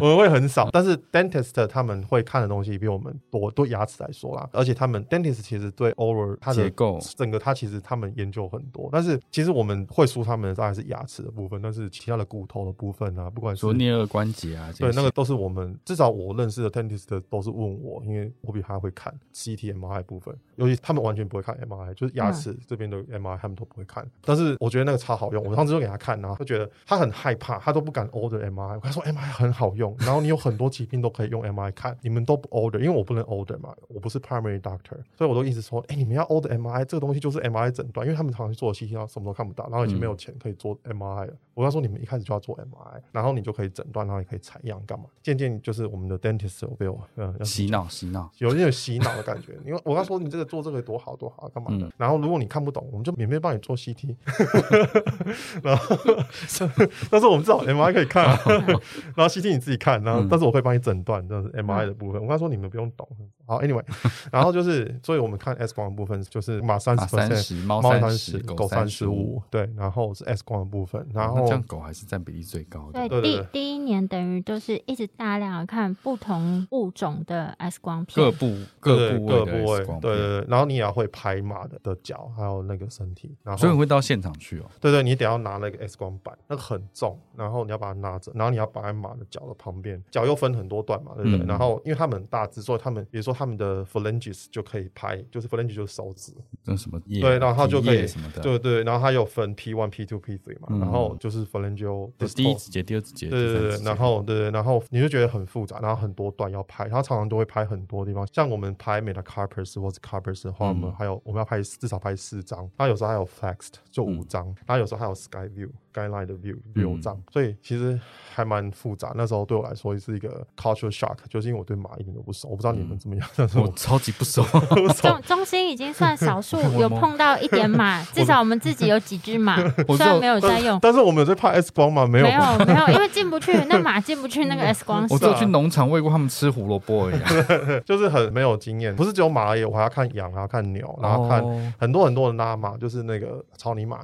[SPEAKER 3] 我们会很少。但是 dentist 他们会看的东西比我们多，对牙齿来说啦，而且他们 dentist 其实对 oral 它的
[SPEAKER 4] 结构
[SPEAKER 3] 整个它其实他们研究很多，但是其实我们会输他们的大概是牙齿的部分，但是其他的骨头的部分啊，不管是
[SPEAKER 4] 说颞颌关节啊，这
[SPEAKER 3] 对，
[SPEAKER 4] 些
[SPEAKER 3] 那个都是我们至少我认识的 dentist 都是问我，因为我比他会看 CT、MRI 部分，尤其他们完全不会看 MRI，就是牙齿这边的 MRI 他们都不会看。但是我觉得那个超好用，我上次就给他看，然后他觉得他很害怕，他都不敢 order MRI。我跟他说 MRI 很好用，然后你有很多疾病都可以用 MRI 看，你们都不 order，因为我不能 order 嘛，我不是 primary doctor，所以我都一直说，哎、你们要 order MRI 这个东西就是 MRI 诊断，因为他们常常做 CT 然后什么都看不到，然后已经没有钱可以做 MRI 了。我跟他说，你们一开始就要做 MRI，然后你就可以诊断，然后你可以采样干嘛？渐渐就是我们的 dentist 有被我嗯。要
[SPEAKER 4] 洗脑洗脑，
[SPEAKER 3] 有一点洗脑的感觉，因为我刚说你这个做这个多好多好啊干嘛的，
[SPEAKER 4] 嗯
[SPEAKER 3] 然后如果你看不懂，我们就免费帮你做 CT，然后但是我们至少 MRI 可以看、啊， [LAUGHS] 然后 CT 你自己看，然后、
[SPEAKER 4] 哦嗯
[SPEAKER 3] 但是我会帮你诊断，这是 MRI 的部分。我刚说你们不用懂，好，anyway，然后就是，所以我们看 X 光的部分就是马三十
[SPEAKER 4] 马三十，猫
[SPEAKER 3] 猫
[SPEAKER 4] 三
[SPEAKER 3] 三
[SPEAKER 4] 十，
[SPEAKER 3] 狗
[SPEAKER 4] 三
[SPEAKER 3] 三十
[SPEAKER 4] 五。
[SPEAKER 3] 五，对，然后是 X 光的部分，然
[SPEAKER 4] 哦
[SPEAKER 3] 后
[SPEAKER 4] 那这样狗还是占比例最高的
[SPEAKER 1] 对，
[SPEAKER 3] 对对
[SPEAKER 1] 第
[SPEAKER 3] 对
[SPEAKER 1] 第一年等于就是一直大量地看不同物种的 X 光
[SPEAKER 4] 各
[SPEAKER 1] 片，
[SPEAKER 4] 部
[SPEAKER 3] 对
[SPEAKER 4] 部
[SPEAKER 3] 各
[SPEAKER 4] 位
[SPEAKER 3] 部
[SPEAKER 4] 的
[SPEAKER 3] 位
[SPEAKER 4] X 光，
[SPEAKER 3] 对
[SPEAKER 4] 片，
[SPEAKER 3] 对对，然后你也要会拍马的的脚，还有那个身体，然后
[SPEAKER 4] 所以会到现场去哦。
[SPEAKER 3] 对对，你得要拿那个 X 光板，那个很重，然后你要把它拿着，然后你要摆在马的脚的旁边，脚又分很多段嘛，对不对？
[SPEAKER 4] 嗯
[SPEAKER 3] 然后因为它们很大只，所以它们比如说它们的 phalanges 就可以拍，就是 phalanges 就是手指，
[SPEAKER 4] 那什么叶，
[SPEAKER 3] 对，然后它就可
[SPEAKER 4] 底
[SPEAKER 3] 以
[SPEAKER 4] E 叶什么的，
[SPEAKER 3] 对对，然后它有分 P one、P two、P three 嘛，
[SPEAKER 4] 嗯
[SPEAKER 3] 然后就是 phalangeal
[SPEAKER 4] 就第一
[SPEAKER 3] distal
[SPEAKER 4] 指节、第二指节，
[SPEAKER 3] 对对
[SPEAKER 4] 第
[SPEAKER 3] 对
[SPEAKER 4] 三指
[SPEAKER 3] 对，
[SPEAKER 4] 节
[SPEAKER 3] 然后对对，然后你就觉得很复杂，然后很多段要拍，然后常常都会拍很多地方，像我们拍 metacarpus 或是 carpus 的话，我们
[SPEAKER 4] 嗯
[SPEAKER 3] 还有我们要拍至少拍四张，然后有时候还有 flexed 就五张，然后有时候还有 sky view skyline 的 view 六张，所以其实还蛮复杂。那时候对我来说是一个 culture shock，就是因为我对马一点都不熟，我不知道你们怎么样，但是我
[SPEAKER 4] 我超级不
[SPEAKER 3] [LAUGHS]
[SPEAKER 4] 熟，
[SPEAKER 3] 不熟。
[SPEAKER 1] 中中心已经算少
[SPEAKER 3] [LAUGHS]
[SPEAKER 1] 数
[SPEAKER 4] 我
[SPEAKER 1] 有碰到一点马，至少我们自己有几只马，
[SPEAKER 4] 我
[SPEAKER 1] 虽然没有在用，
[SPEAKER 3] 但是我们有在拍 X 光 [LAUGHS] 吗？没有
[SPEAKER 1] 没
[SPEAKER 3] 吧，嗯
[SPEAKER 1] 有啊没有，因为进不去，那马进不去那个 X 光
[SPEAKER 4] 我
[SPEAKER 1] 室
[SPEAKER 4] 只。
[SPEAKER 3] 啊
[SPEAKER 4] 有去农场喂过他们吃胡萝卜而已啊。
[SPEAKER 3] [LAUGHS] 就是很没有经验。不是只有马而已，我还要看羊，还要看牛，然后看
[SPEAKER 4] 哦
[SPEAKER 3] 很多很多的拉马，就是那个
[SPEAKER 4] [LAUGHS]
[SPEAKER 3] 草泥马，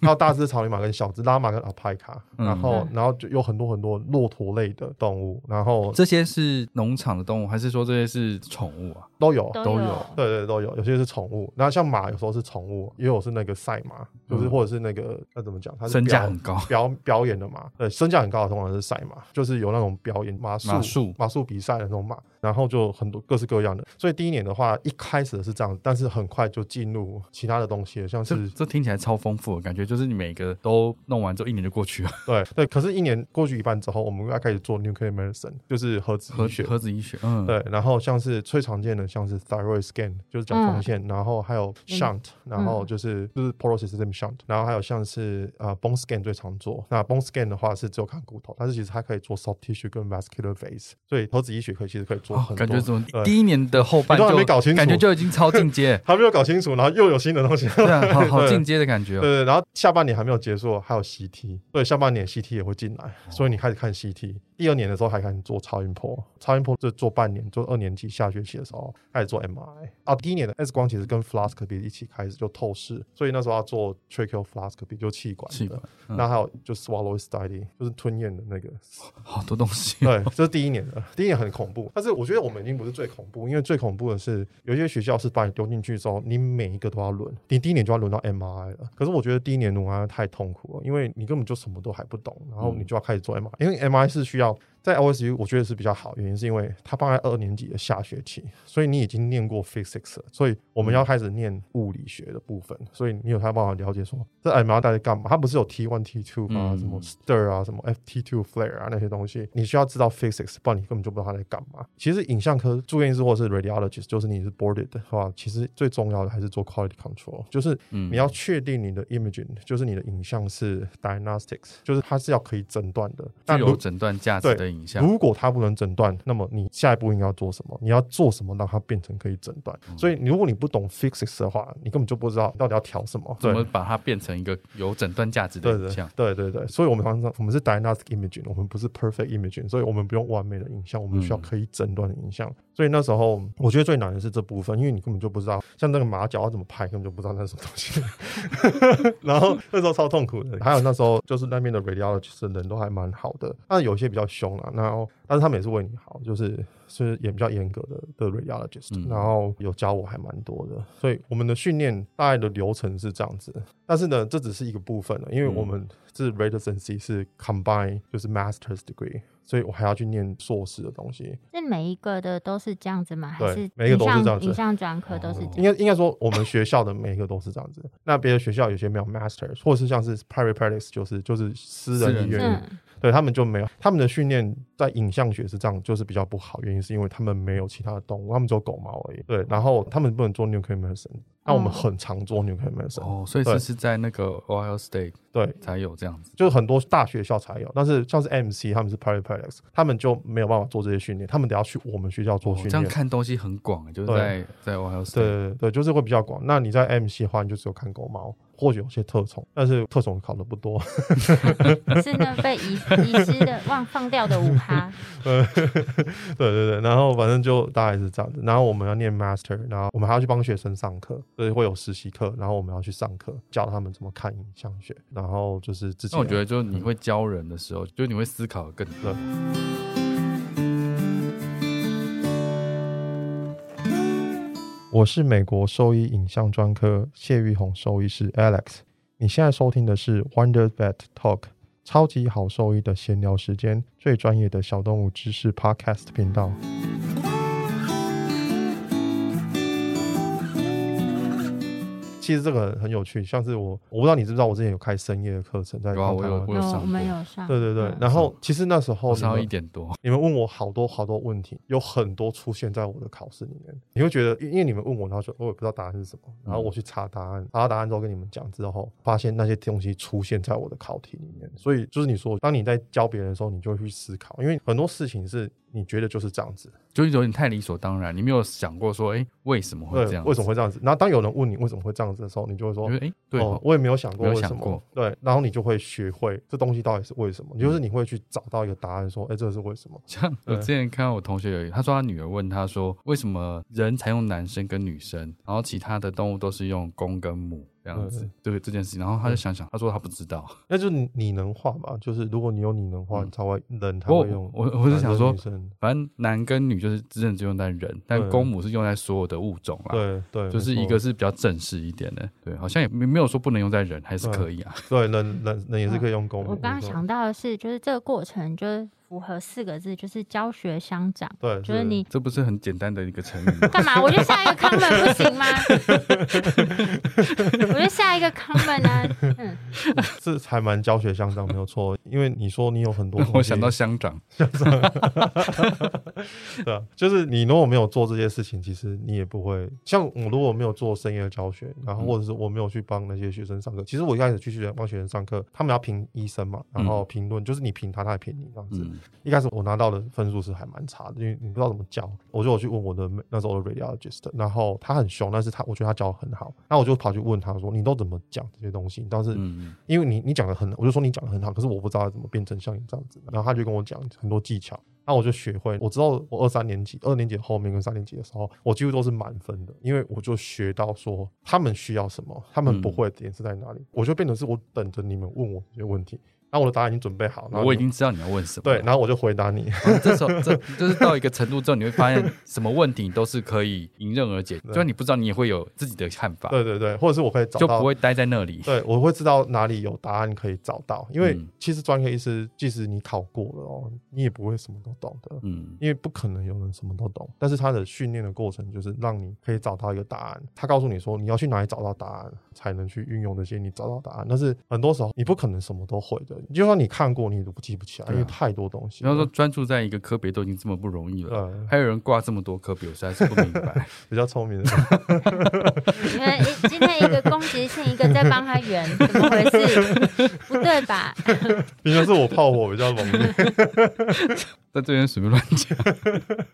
[SPEAKER 3] 还有大只草泥马跟小只拉马跟阿派卡，
[SPEAKER 4] 嗯
[SPEAKER 3] 然后然后就有很多很多骆驼类的动物，然后
[SPEAKER 4] 这些是农场的动物，还是说这些是宠物啊？
[SPEAKER 3] 都有。
[SPEAKER 1] 都
[SPEAKER 4] 都
[SPEAKER 1] 有
[SPEAKER 4] 有，
[SPEAKER 3] 对对都有，有些是宠物，那像马有时候是宠物，也有是那个赛马，
[SPEAKER 4] 嗯
[SPEAKER 3] 就是或者是那个那怎么讲，它是
[SPEAKER 4] 身价
[SPEAKER 3] 表
[SPEAKER 4] 很高，
[SPEAKER 3] 表表演的马，呃，身价很高的通常是赛马，就是有那种表演马术、
[SPEAKER 4] 马术
[SPEAKER 3] 比赛的那种马，然后就很多各式各样的。所以第一年的话，一开始是这样，但是很快就进入其他的东西了，像
[SPEAKER 4] 这
[SPEAKER 3] 是
[SPEAKER 4] 这听起来超丰富的，感觉就是你每个都弄完之后一年就过去了。
[SPEAKER 3] 对对。可是，一年过去一半之后，我们要开始做 nuclear medicine，就是核子
[SPEAKER 4] 核
[SPEAKER 3] 医学。
[SPEAKER 4] 核子医学，嗯，
[SPEAKER 3] 对，然后像是最常见的，像是 thyroid scan，就是甲
[SPEAKER 4] 嗯
[SPEAKER 3] 状腺，然后还有 shunt，、然后就是就是 portal system shunt，然后还有像是呃 bone scan 最常做。那 bone scan 的话是只有看骨头，但是其实它可以做 soft tissue 跟 vascular phase，所以核子医学可以其实可以做
[SPEAKER 4] 哦
[SPEAKER 3] 很多。
[SPEAKER 4] 感觉怎么
[SPEAKER 3] 对
[SPEAKER 4] 第一年的后半
[SPEAKER 3] 你都还
[SPEAKER 4] 就
[SPEAKER 3] 没搞清楚，
[SPEAKER 4] 感觉就已经超进阶
[SPEAKER 3] [LAUGHS] 还没有搞清楚，然后又有新的东西。
[SPEAKER 4] 对啊，好好
[SPEAKER 3] [LAUGHS] 对
[SPEAKER 4] 进阶的感觉哦。
[SPEAKER 3] 对，然后下半年还没有结束，还有 CT，对，下半年 CT 也会进来，
[SPEAKER 4] 哦
[SPEAKER 3] 所以你开始看 CT。第二年的时候还开始做超音波，超音波就做半年，做二年级下学期的时候开始做 MRI。啊，第一年的 X 光其实跟 fluoroscopy 一起开始就透视，所以那时候要做 tracheal fluoroscopy 就气管的，
[SPEAKER 4] 气管嗯
[SPEAKER 3] 那还有就 swallow study 就是吞咽的那个
[SPEAKER 4] 好多东西，
[SPEAKER 3] 对，这是第一年的，第一年很恐怖，但是我觉得我们已经不是最恐怖，因为最恐怖的是有一些学校是把你丢进去之后，你每一个都要轮，你第一年就要轮到 MRI 了。可是我觉得第一年轮 MRI 太痛苦了，因为你根本就什么都还不懂，然后你就要开始做 MRI，、因为 MRI 是需要在 OSU 我觉得是比较好，原因是因为它放在二年级的下学期，所以你已经念过 physics，了所以我们要开始念物理学的部分，所以你有才办法了解说这 m r 到底干嘛。它不是有 T one、T two 啊，
[SPEAKER 4] 嗯
[SPEAKER 3] 什么 stir 啊，什么 FT two flare 啊那些东西，你需要知道 physics，不然你根本就不知道它在干嘛。其实影像科住院医师或者是 radiologist，就是你是 boarded 的话，其实最重要的还是做 quality control，就是
[SPEAKER 4] 嗯
[SPEAKER 3] 你要确定你的 imaging，就是你的影像是 diagnostics，就是它是要可以诊断的。但
[SPEAKER 4] 具
[SPEAKER 3] 如
[SPEAKER 4] 有诊断价值的影像，
[SPEAKER 3] 如果它不能诊断，那么你下一步应该要做什么？你要做什么让它变成可以诊断？
[SPEAKER 4] 嗯
[SPEAKER 3] 所以如果你不懂 physics 的话，你根本就不知道到底要调什么。
[SPEAKER 4] 怎
[SPEAKER 3] 对
[SPEAKER 4] 么把它变成一个有诊断价值的
[SPEAKER 3] 对
[SPEAKER 4] 影
[SPEAKER 3] 对
[SPEAKER 4] 像？
[SPEAKER 3] 对对对，所以我们常常我们是 diagnostic imaging，我们不是 perfect imaging，所以我们不用完美的影像，我们需要
[SPEAKER 4] 嗯
[SPEAKER 3] 可以诊断的影像。所以那时候我觉得最难的是这部分，因为你根本就不知道，像那个马脚要怎么拍，根本就不知道那是什么东西。
[SPEAKER 4] [LAUGHS]
[SPEAKER 3] [LAUGHS] 然后那时候超痛苦的。还有那时候就是那边的 radiologist 人都还蛮好的，但有些比较凶啦。然后但是他们也是为你好，就是是也比较严格的的 radiologist，、
[SPEAKER 4] 嗯
[SPEAKER 3] 然后有教我还蛮多的。所以我们的训练大概的流程是这样子，但是呢，这只是一个部分了，因为我们是 radiology 是 combine 就是 master's degree。所以我还要去念硕士的东西，
[SPEAKER 1] 是每一个的都是这样子吗？还
[SPEAKER 3] 对
[SPEAKER 1] 是
[SPEAKER 3] 每一个
[SPEAKER 1] 影
[SPEAKER 3] 都是
[SPEAKER 1] 像
[SPEAKER 3] 这样子哦
[SPEAKER 1] 影像专科都是这
[SPEAKER 3] 应
[SPEAKER 1] 样，
[SPEAKER 3] 该应该说，我们学校的每一个都是这样子。那别的学校有些没有 master，或是像是 private practice，就是就是私
[SPEAKER 4] 私
[SPEAKER 3] 人
[SPEAKER 4] 人
[SPEAKER 3] 医院，
[SPEAKER 1] 嗯，
[SPEAKER 3] 对他们就没有。他们的训练在影像学是这样，就是比较不好，原因是因为他们没有其他的动物，他们只有狗猫而已。对，然后他们不能做 nuclear medicine，那我们
[SPEAKER 1] 哦
[SPEAKER 3] 很常做 nuclear medicine，、
[SPEAKER 4] 哦，所以
[SPEAKER 3] 对
[SPEAKER 4] 这是在那个 Ohio State
[SPEAKER 3] 对。
[SPEAKER 4] 才有这样子。
[SPEAKER 3] 就是很多大学校才有，但是像是 MC 他们是 private practice，他们就没有办法做这些训练，他们得要去我们学校做
[SPEAKER 4] 哦
[SPEAKER 3] 训，
[SPEAKER 4] 这
[SPEAKER 3] 练。
[SPEAKER 4] 样看东西很广，就是
[SPEAKER 3] 对
[SPEAKER 4] 在在 Ohio State。
[SPEAKER 3] 对对，就是会比较广。那你在 MC 的话，你就只有看狗猫，或许有些特宠，但是特宠考的不多。 [LAUGHS]
[SPEAKER 1] 是那被遗遗失的忘放掉的五
[SPEAKER 3] [LAUGHS]
[SPEAKER 1] 趴，
[SPEAKER 3] 对对对，然后反正就大概是这样子。然后我们要念 master，然后我们还要去帮学生上课，所以会有实习课，然后我们要去上课，教他们怎么看影像学，然后就是啊自己。
[SPEAKER 4] 那我觉得，就你会教人的时候，就你会思考得更多。
[SPEAKER 3] 我是美国兽医影像专科谢玉红兽医师 Alex。你现在收听的是 Wonder Vet Talk，超级好兽医的闲聊时间，最专业的小动物知识 Podcast 频道。其实这个很有趣，像是我，我不知道你知不知道，我之前有开深夜的课程在
[SPEAKER 4] 有啊
[SPEAKER 3] 台
[SPEAKER 4] 我有
[SPEAKER 3] 湾
[SPEAKER 4] 我有
[SPEAKER 1] 有
[SPEAKER 4] 上
[SPEAKER 1] 我们
[SPEAKER 4] 过
[SPEAKER 1] 有上，
[SPEAKER 3] 对对对
[SPEAKER 1] 嗯，
[SPEAKER 3] 然后其实那时候
[SPEAKER 4] 我
[SPEAKER 3] 哦你
[SPEAKER 4] 上到
[SPEAKER 3] 们
[SPEAKER 4] 一点多，
[SPEAKER 3] 你们问我好多好多问题，有很多出现在我的考试里面。你会觉得，因因为你们问我，然后说我也不知道答案是什么，
[SPEAKER 4] 嗯
[SPEAKER 3] 然后我去查答案，查到答案之后跟你们讲之后，发现那些东西出现在我的考题里面。所以就是你说，当你在教别人的时候，你就会去思考，因为很多事情是你觉得就是这样子，
[SPEAKER 4] 就有点太理所当然。你没有想过说，哎，为什么会
[SPEAKER 3] 对
[SPEAKER 4] 这样？
[SPEAKER 3] 为什么？会这样子？然后当有人问你为什么会这样子的时候，你就会说
[SPEAKER 4] 因为，哎，对
[SPEAKER 3] 哦
[SPEAKER 4] 哦，，
[SPEAKER 3] 我也没有想过
[SPEAKER 4] 没有
[SPEAKER 3] 为
[SPEAKER 4] 想
[SPEAKER 3] 什么
[SPEAKER 4] 过，
[SPEAKER 3] 对，然后你就会学会这东西到底是为什么，就是你会去找到一个答案，说，哎，这是为什么？
[SPEAKER 4] [LAUGHS] 像我
[SPEAKER 3] 对
[SPEAKER 4] 之前看到我同学有一，他说他女儿问他说，为什么人才用男生跟女生，然后其他的动物都是用公跟母这样子
[SPEAKER 3] 嗯，
[SPEAKER 4] 这个这件事情，然后他就想想，他说他不知道。
[SPEAKER 3] 那就是你你能画嘛，就是如果你有你能画，
[SPEAKER 4] 嗯
[SPEAKER 3] 你才会人才
[SPEAKER 4] 不过
[SPEAKER 3] 会用
[SPEAKER 4] 我我是想说
[SPEAKER 3] 男生女生
[SPEAKER 4] 反正男跟女就是真正只用在人，但
[SPEAKER 3] 对
[SPEAKER 4] 公母是用在所有的物种啦。
[SPEAKER 3] 嗯对对，
[SPEAKER 4] 就是
[SPEAKER 3] 没
[SPEAKER 4] 一
[SPEAKER 3] 错
[SPEAKER 4] 个是比较正式一点的，对，好像也没没有说不能用在人，还
[SPEAKER 3] 嗯
[SPEAKER 4] 是可以啊。
[SPEAKER 3] 对人人人也是可以用公母。
[SPEAKER 1] 我刚刚
[SPEAKER 3] 没错
[SPEAKER 1] 想到的是，就是这个过程就是符合四个字，就是教学相长，
[SPEAKER 3] 对，
[SPEAKER 1] 就是你
[SPEAKER 4] 这不是很简单的一个成语吗 [LAUGHS]
[SPEAKER 1] 干嘛？我就下一个 comment 不
[SPEAKER 3] [LAUGHS]
[SPEAKER 1] 行吗？我就下一个 comment 啊，嗯，
[SPEAKER 3] 是还蛮教学相长，没有错。因为你说你有很多东
[SPEAKER 4] 让 [LAUGHS]
[SPEAKER 3] 西，
[SPEAKER 4] 我想到乡长，
[SPEAKER 3] 对啊，就是你如果没有做这些事情，其实你也不会像我如果没有做深夜教学，然
[SPEAKER 4] 嗯
[SPEAKER 3] 后或者是我没有去帮那些学生上课。其实我一开始去学帮学生上课，他们要评医生嘛，然后评论、就是你评他，他也评你这样子。
[SPEAKER 4] 嗯，
[SPEAKER 3] 一开始我拿到的分数是还蛮差的，因为你不知道怎么教。我就有去问我的那时候的 radiologist，然后他很凶，但是他我觉得他教的很好。那我就跑去问他说：“你都怎么讲这些东西？”但是
[SPEAKER 4] 嗯，
[SPEAKER 3] 因为你你讲的很，我就说你讲的很好，可是我不知道怎么变成像你这样子。然后他就跟我讲很多技巧，那我就学会。我知道我二三年级、二年级后面跟三年级的时候，我几乎都是满分的，因为我就学到说他们需要什么，他们不会的点是在哪里，我就变成是我等着你们问我这些问题。那我的答案已经准备好，然后
[SPEAKER 4] 我已
[SPEAKER 3] 你
[SPEAKER 4] 经知道你要问什么
[SPEAKER 3] 对，
[SPEAKER 4] 了。
[SPEAKER 3] 然后我就回答你。
[SPEAKER 4] 然后这时候这就是到一个程度之后，你会发现什么问题你都是可以迎刃而解，就算你不知道，你也会有自己的看法，
[SPEAKER 3] 对对对，或者是我可以找
[SPEAKER 4] 就
[SPEAKER 3] 到
[SPEAKER 4] 不会待在那里。
[SPEAKER 3] 对，我会知道哪里有答案可以找到，因为
[SPEAKER 4] 嗯
[SPEAKER 3] 其实专科医师，即使你考过了哦，你也不会什么都懂的，
[SPEAKER 4] 嗯，
[SPEAKER 3] 因为不可能有人什么都懂。但是他的训练的过程就是让你可以找到一个答案，他告诉你说你要去哪里找到答案，才能去运用这些你找到答案。但是很多时候你不可能什么都会的，就算你看过，你都记不起来，
[SPEAKER 4] 对啊
[SPEAKER 3] 因为太多东
[SPEAKER 4] 比
[SPEAKER 3] 西了。
[SPEAKER 4] 方说专注在一个科别都已经这么不容易了，
[SPEAKER 3] 呃，
[SPEAKER 4] 还有人挂这么多科别，我实在是不明
[SPEAKER 3] [LAUGHS]
[SPEAKER 4] 白。
[SPEAKER 3] 比较聪明的，
[SPEAKER 1] 因为一今天一个攻击性，一个在帮他圆，怎么回事？不对吧？
[SPEAKER 3] 毕竟是我炮火比较
[SPEAKER 4] [LAUGHS]
[SPEAKER 3] 猛烈，
[SPEAKER 4] 在这边随便乱讲，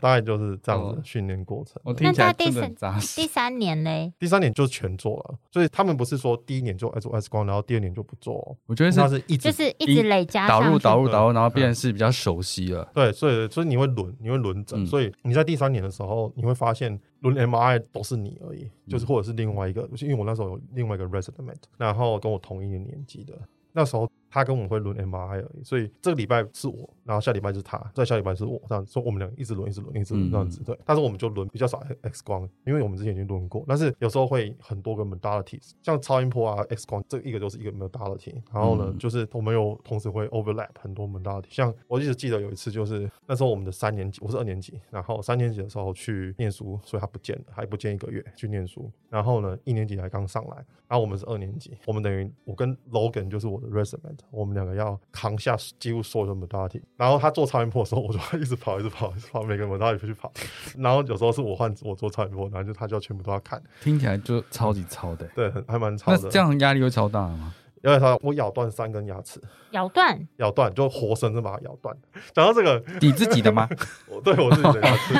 [SPEAKER 3] 大概就是这样子
[SPEAKER 4] 哦
[SPEAKER 3] 的训练过程。
[SPEAKER 4] 我听起
[SPEAKER 1] 那
[SPEAKER 4] 来
[SPEAKER 1] 在第
[SPEAKER 4] 真的
[SPEAKER 1] 四
[SPEAKER 4] 很扎实
[SPEAKER 1] 第。三年嘞，
[SPEAKER 3] 第三年就是全做了，所以他们不是说第一年做 S O S 光，然后第二年就不做哦，
[SPEAKER 4] 我觉得是
[SPEAKER 3] 他是嗯一
[SPEAKER 1] 就
[SPEAKER 3] 直
[SPEAKER 1] 是一直累加
[SPEAKER 4] 导
[SPEAKER 1] 上
[SPEAKER 4] 入
[SPEAKER 1] 去。
[SPEAKER 4] 导入导入，然后变成是比较熟悉了。
[SPEAKER 3] 对，所以所以你会轮，你会轮诊，
[SPEAKER 4] 嗯
[SPEAKER 3] 所以你在第三年的时候，你会发现轮 MRI 都是你而已，就是或者是另外一个，因为我那时候有另外一个 resident，然后跟我同一个年纪的，那时候他跟我会轮 MRI 而已，所以这个礼拜是我，然后下礼拜是他，再下礼拜是我，这样，所以我们俩一直轮，一直轮，一直轮
[SPEAKER 4] 嗯
[SPEAKER 3] 这样子，对。但是我们就轮比较少 X 光，因为我们之前已经轮过，但是有时候会很多个 modalities，像超音波啊、X 光，这一个就是一个 modality，然后呢，
[SPEAKER 4] 嗯
[SPEAKER 3] 就是我们有同时会 overlap 很多 modality，像我一直记得有一次就是那时候我们的三年级，我是二年级，然后三年级的时候去念书，所以他不见了，还不见一个月去念书，然后呢，一年级才刚上来，然后我们是二年级，我们等于我跟 Logan 就是我的 resident，我们两个要扛下几乎所有的 modality。然后他做超音波的时候，我就会一直跑，一直跑，一直跑，每个 modality 去跑。然后有时候是我换我做超音波，然后就他就要全部都要看，
[SPEAKER 4] 听起来就超级超的欸。
[SPEAKER 3] 对，很还蛮超
[SPEAKER 4] 那
[SPEAKER 3] 的。
[SPEAKER 4] 这，样压力会超大吗？
[SPEAKER 3] 因为他我咬断三根牙齿，
[SPEAKER 1] 咬断，
[SPEAKER 3] 咬断就活生生把它咬断。讲到这个，
[SPEAKER 4] 你自己的
[SPEAKER 3] [LAUGHS]
[SPEAKER 4] 吗？
[SPEAKER 3] 我对我自己的牙齿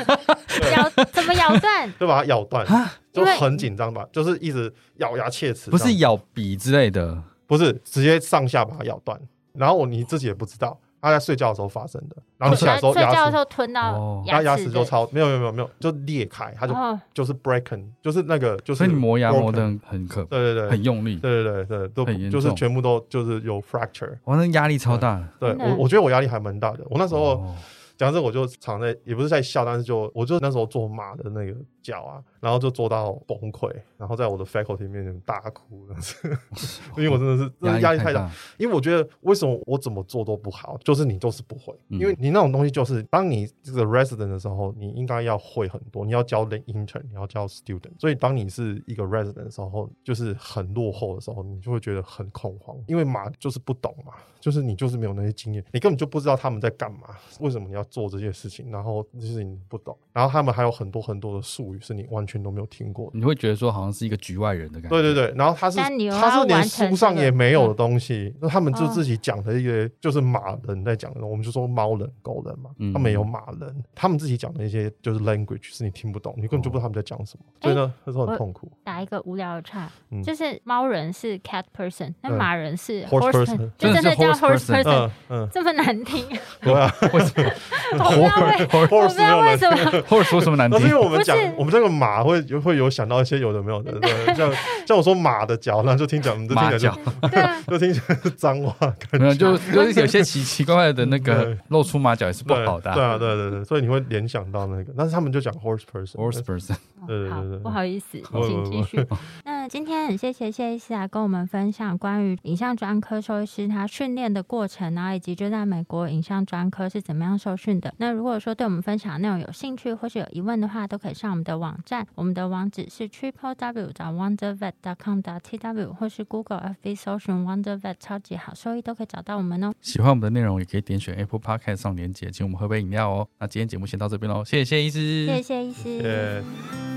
[SPEAKER 1] 咬怎么咬
[SPEAKER 3] [LAUGHS]
[SPEAKER 1] 断？
[SPEAKER 3] 就把它咬断，
[SPEAKER 4] [LAUGHS]
[SPEAKER 3] 就
[SPEAKER 1] 因为
[SPEAKER 3] 很紧张吧，就是一直咬牙切齿这样。
[SPEAKER 4] 不是咬笔之类的，
[SPEAKER 3] 不是直接上下把它咬断，然后我你自己也不知道，他在睡觉的时候发生的，然后你起来的时候
[SPEAKER 1] 哦睡觉
[SPEAKER 3] 牙
[SPEAKER 1] 的时
[SPEAKER 3] 齿，
[SPEAKER 1] 候吞到
[SPEAKER 4] 哦
[SPEAKER 3] 然后牙
[SPEAKER 1] 齿
[SPEAKER 3] 齿
[SPEAKER 1] 的
[SPEAKER 3] 就超没有没有没有没有就裂开，它就、
[SPEAKER 1] 哦，
[SPEAKER 3] 就是 broken，就是那个就是
[SPEAKER 4] 所以你磨牙
[SPEAKER 3] broken
[SPEAKER 4] 磨得很很可
[SPEAKER 3] 对对对
[SPEAKER 4] 很用力，
[SPEAKER 3] 对对对对都
[SPEAKER 4] 很严
[SPEAKER 3] 就是
[SPEAKER 4] 重
[SPEAKER 3] 全部都就是有 fracture。
[SPEAKER 4] 哇，那压力超大。
[SPEAKER 3] 对
[SPEAKER 1] 真的
[SPEAKER 3] 我我觉得我压力还蛮大的，我那时候。
[SPEAKER 4] 哦
[SPEAKER 3] 讲真，我就常在，也不是在笑，但是就我就那时候做马的那个脚啊，然后就做到崩溃，然后在我的 faculty 面前大哭，这样子 [LAUGHS] [LAUGHS]
[SPEAKER 4] [LAUGHS]
[SPEAKER 3] 因为我真的是真的压力太大，，因为我觉得为什么我怎么做都不好，就是你就是不会，
[SPEAKER 4] 嗯
[SPEAKER 3] 因为你那种东西就是当你这个 resident 的时候，你应该要会很多，你要教 the intern，你要教 student，所以当你是一个 resident 的时候，就是很落后的时候，你就会觉得很恐慌，因为马就是不懂嘛，就是你就是没有那些经验，你根本就不知道他们在干嘛，为什么你要做这些事情，然后就是你不懂，然后他们还有很多很多的术语是你完全都没有听过的。
[SPEAKER 4] 你会觉得说好像是一个局外人的感觉。
[SPEAKER 3] 对对
[SPEAKER 4] [LAUGHS]
[SPEAKER 3] 对，然后他是
[SPEAKER 1] 但你又
[SPEAKER 3] 他
[SPEAKER 1] 要
[SPEAKER 3] 是连
[SPEAKER 1] 完成
[SPEAKER 3] 书上
[SPEAKER 1] 这个嗯
[SPEAKER 3] 也没有的东西，那他们就
[SPEAKER 1] 哦
[SPEAKER 3] 自己讲的一些就是马人在讲的，我们就说猫人、狗人嘛
[SPEAKER 4] 嗯，
[SPEAKER 3] 他们也有马人，他们自己讲的一些就是 language 是你听不懂，你根本就不知道他们在讲什么，
[SPEAKER 1] 哎
[SPEAKER 3] 所以呢，那时候很痛苦。
[SPEAKER 1] 打一个无聊的岔，
[SPEAKER 3] 嗯
[SPEAKER 1] 就是猫人是 cat person，那
[SPEAKER 3] 对
[SPEAKER 1] 马人是
[SPEAKER 3] Horse
[SPEAKER 1] person，
[SPEAKER 3] person
[SPEAKER 1] 就真的
[SPEAKER 4] 真
[SPEAKER 1] 叫
[SPEAKER 4] 的是
[SPEAKER 1] horse
[SPEAKER 4] horse person
[SPEAKER 1] person，
[SPEAKER 3] 嗯嗯，
[SPEAKER 1] 这么难听， [LAUGHS] 我
[SPEAKER 3] 对啊，
[SPEAKER 4] 为什么？
[SPEAKER 1] 不知道
[SPEAKER 4] [LAUGHS]
[SPEAKER 1] 为，
[SPEAKER 4] 或
[SPEAKER 1] 我
[SPEAKER 4] 者
[SPEAKER 1] 不知道为什
[SPEAKER 3] [LAUGHS]
[SPEAKER 1] 么，
[SPEAKER 4] 或者说什么难
[SPEAKER 3] 那
[SPEAKER 4] 听
[SPEAKER 3] 是因为？我们讲
[SPEAKER 1] 不是
[SPEAKER 3] 我们这个马会会有想到一些有的没有的，
[SPEAKER 1] [LAUGHS]
[SPEAKER 3] 对像像我说马的脚，那就听讲，我们就听
[SPEAKER 4] 马
[SPEAKER 3] 起来
[SPEAKER 4] 脚
[SPEAKER 3] 就 [LAUGHS]
[SPEAKER 1] 对啊，
[SPEAKER 3] 就听起来是脏话，感
[SPEAKER 4] 没有，
[SPEAKER 3] 觉
[SPEAKER 4] 就就是有些奇奇怪怪的那个
[SPEAKER 3] [LAUGHS] 对
[SPEAKER 4] 露出马脚也是不
[SPEAKER 3] 对
[SPEAKER 4] 好的
[SPEAKER 3] 对
[SPEAKER 4] 啊。
[SPEAKER 3] 啊，对对对，所以你会联想到那个，但是他们就讲 horse person。
[SPEAKER 4] Worst person，
[SPEAKER 3] 对对
[SPEAKER 1] 哦好
[SPEAKER 3] 对对，
[SPEAKER 1] 不好意思，
[SPEAKER 3] 不会
[SPEAKER 1] 请
[SPEAKER 3] 不
[SPEAKER 1] 继续。 [LAUGHS] 那今天很谢谢谢医师啊，跟我们分享关于影像专科兽医师他训练的过程啊，以及就在美国影像专科是怎么样受训的。那如果说对我们分享的内容有兴趣或是有疑问的话，都可以上我们的网站，我们的网址是 triple w wondervet com t w 或是 Google FB 搜寻 wondervet 超级好兽医都可以找到我们哦。
[SPEAKER 4] 喜欢我们的内容也可以点选 Apple Podcast 上连接，请我们喝杯饮料哦。那今天节目先到这边喽，谢谢谢医师，
[SPEAKER 1] 谢谢医师。
[SPEAKER 3] 呃，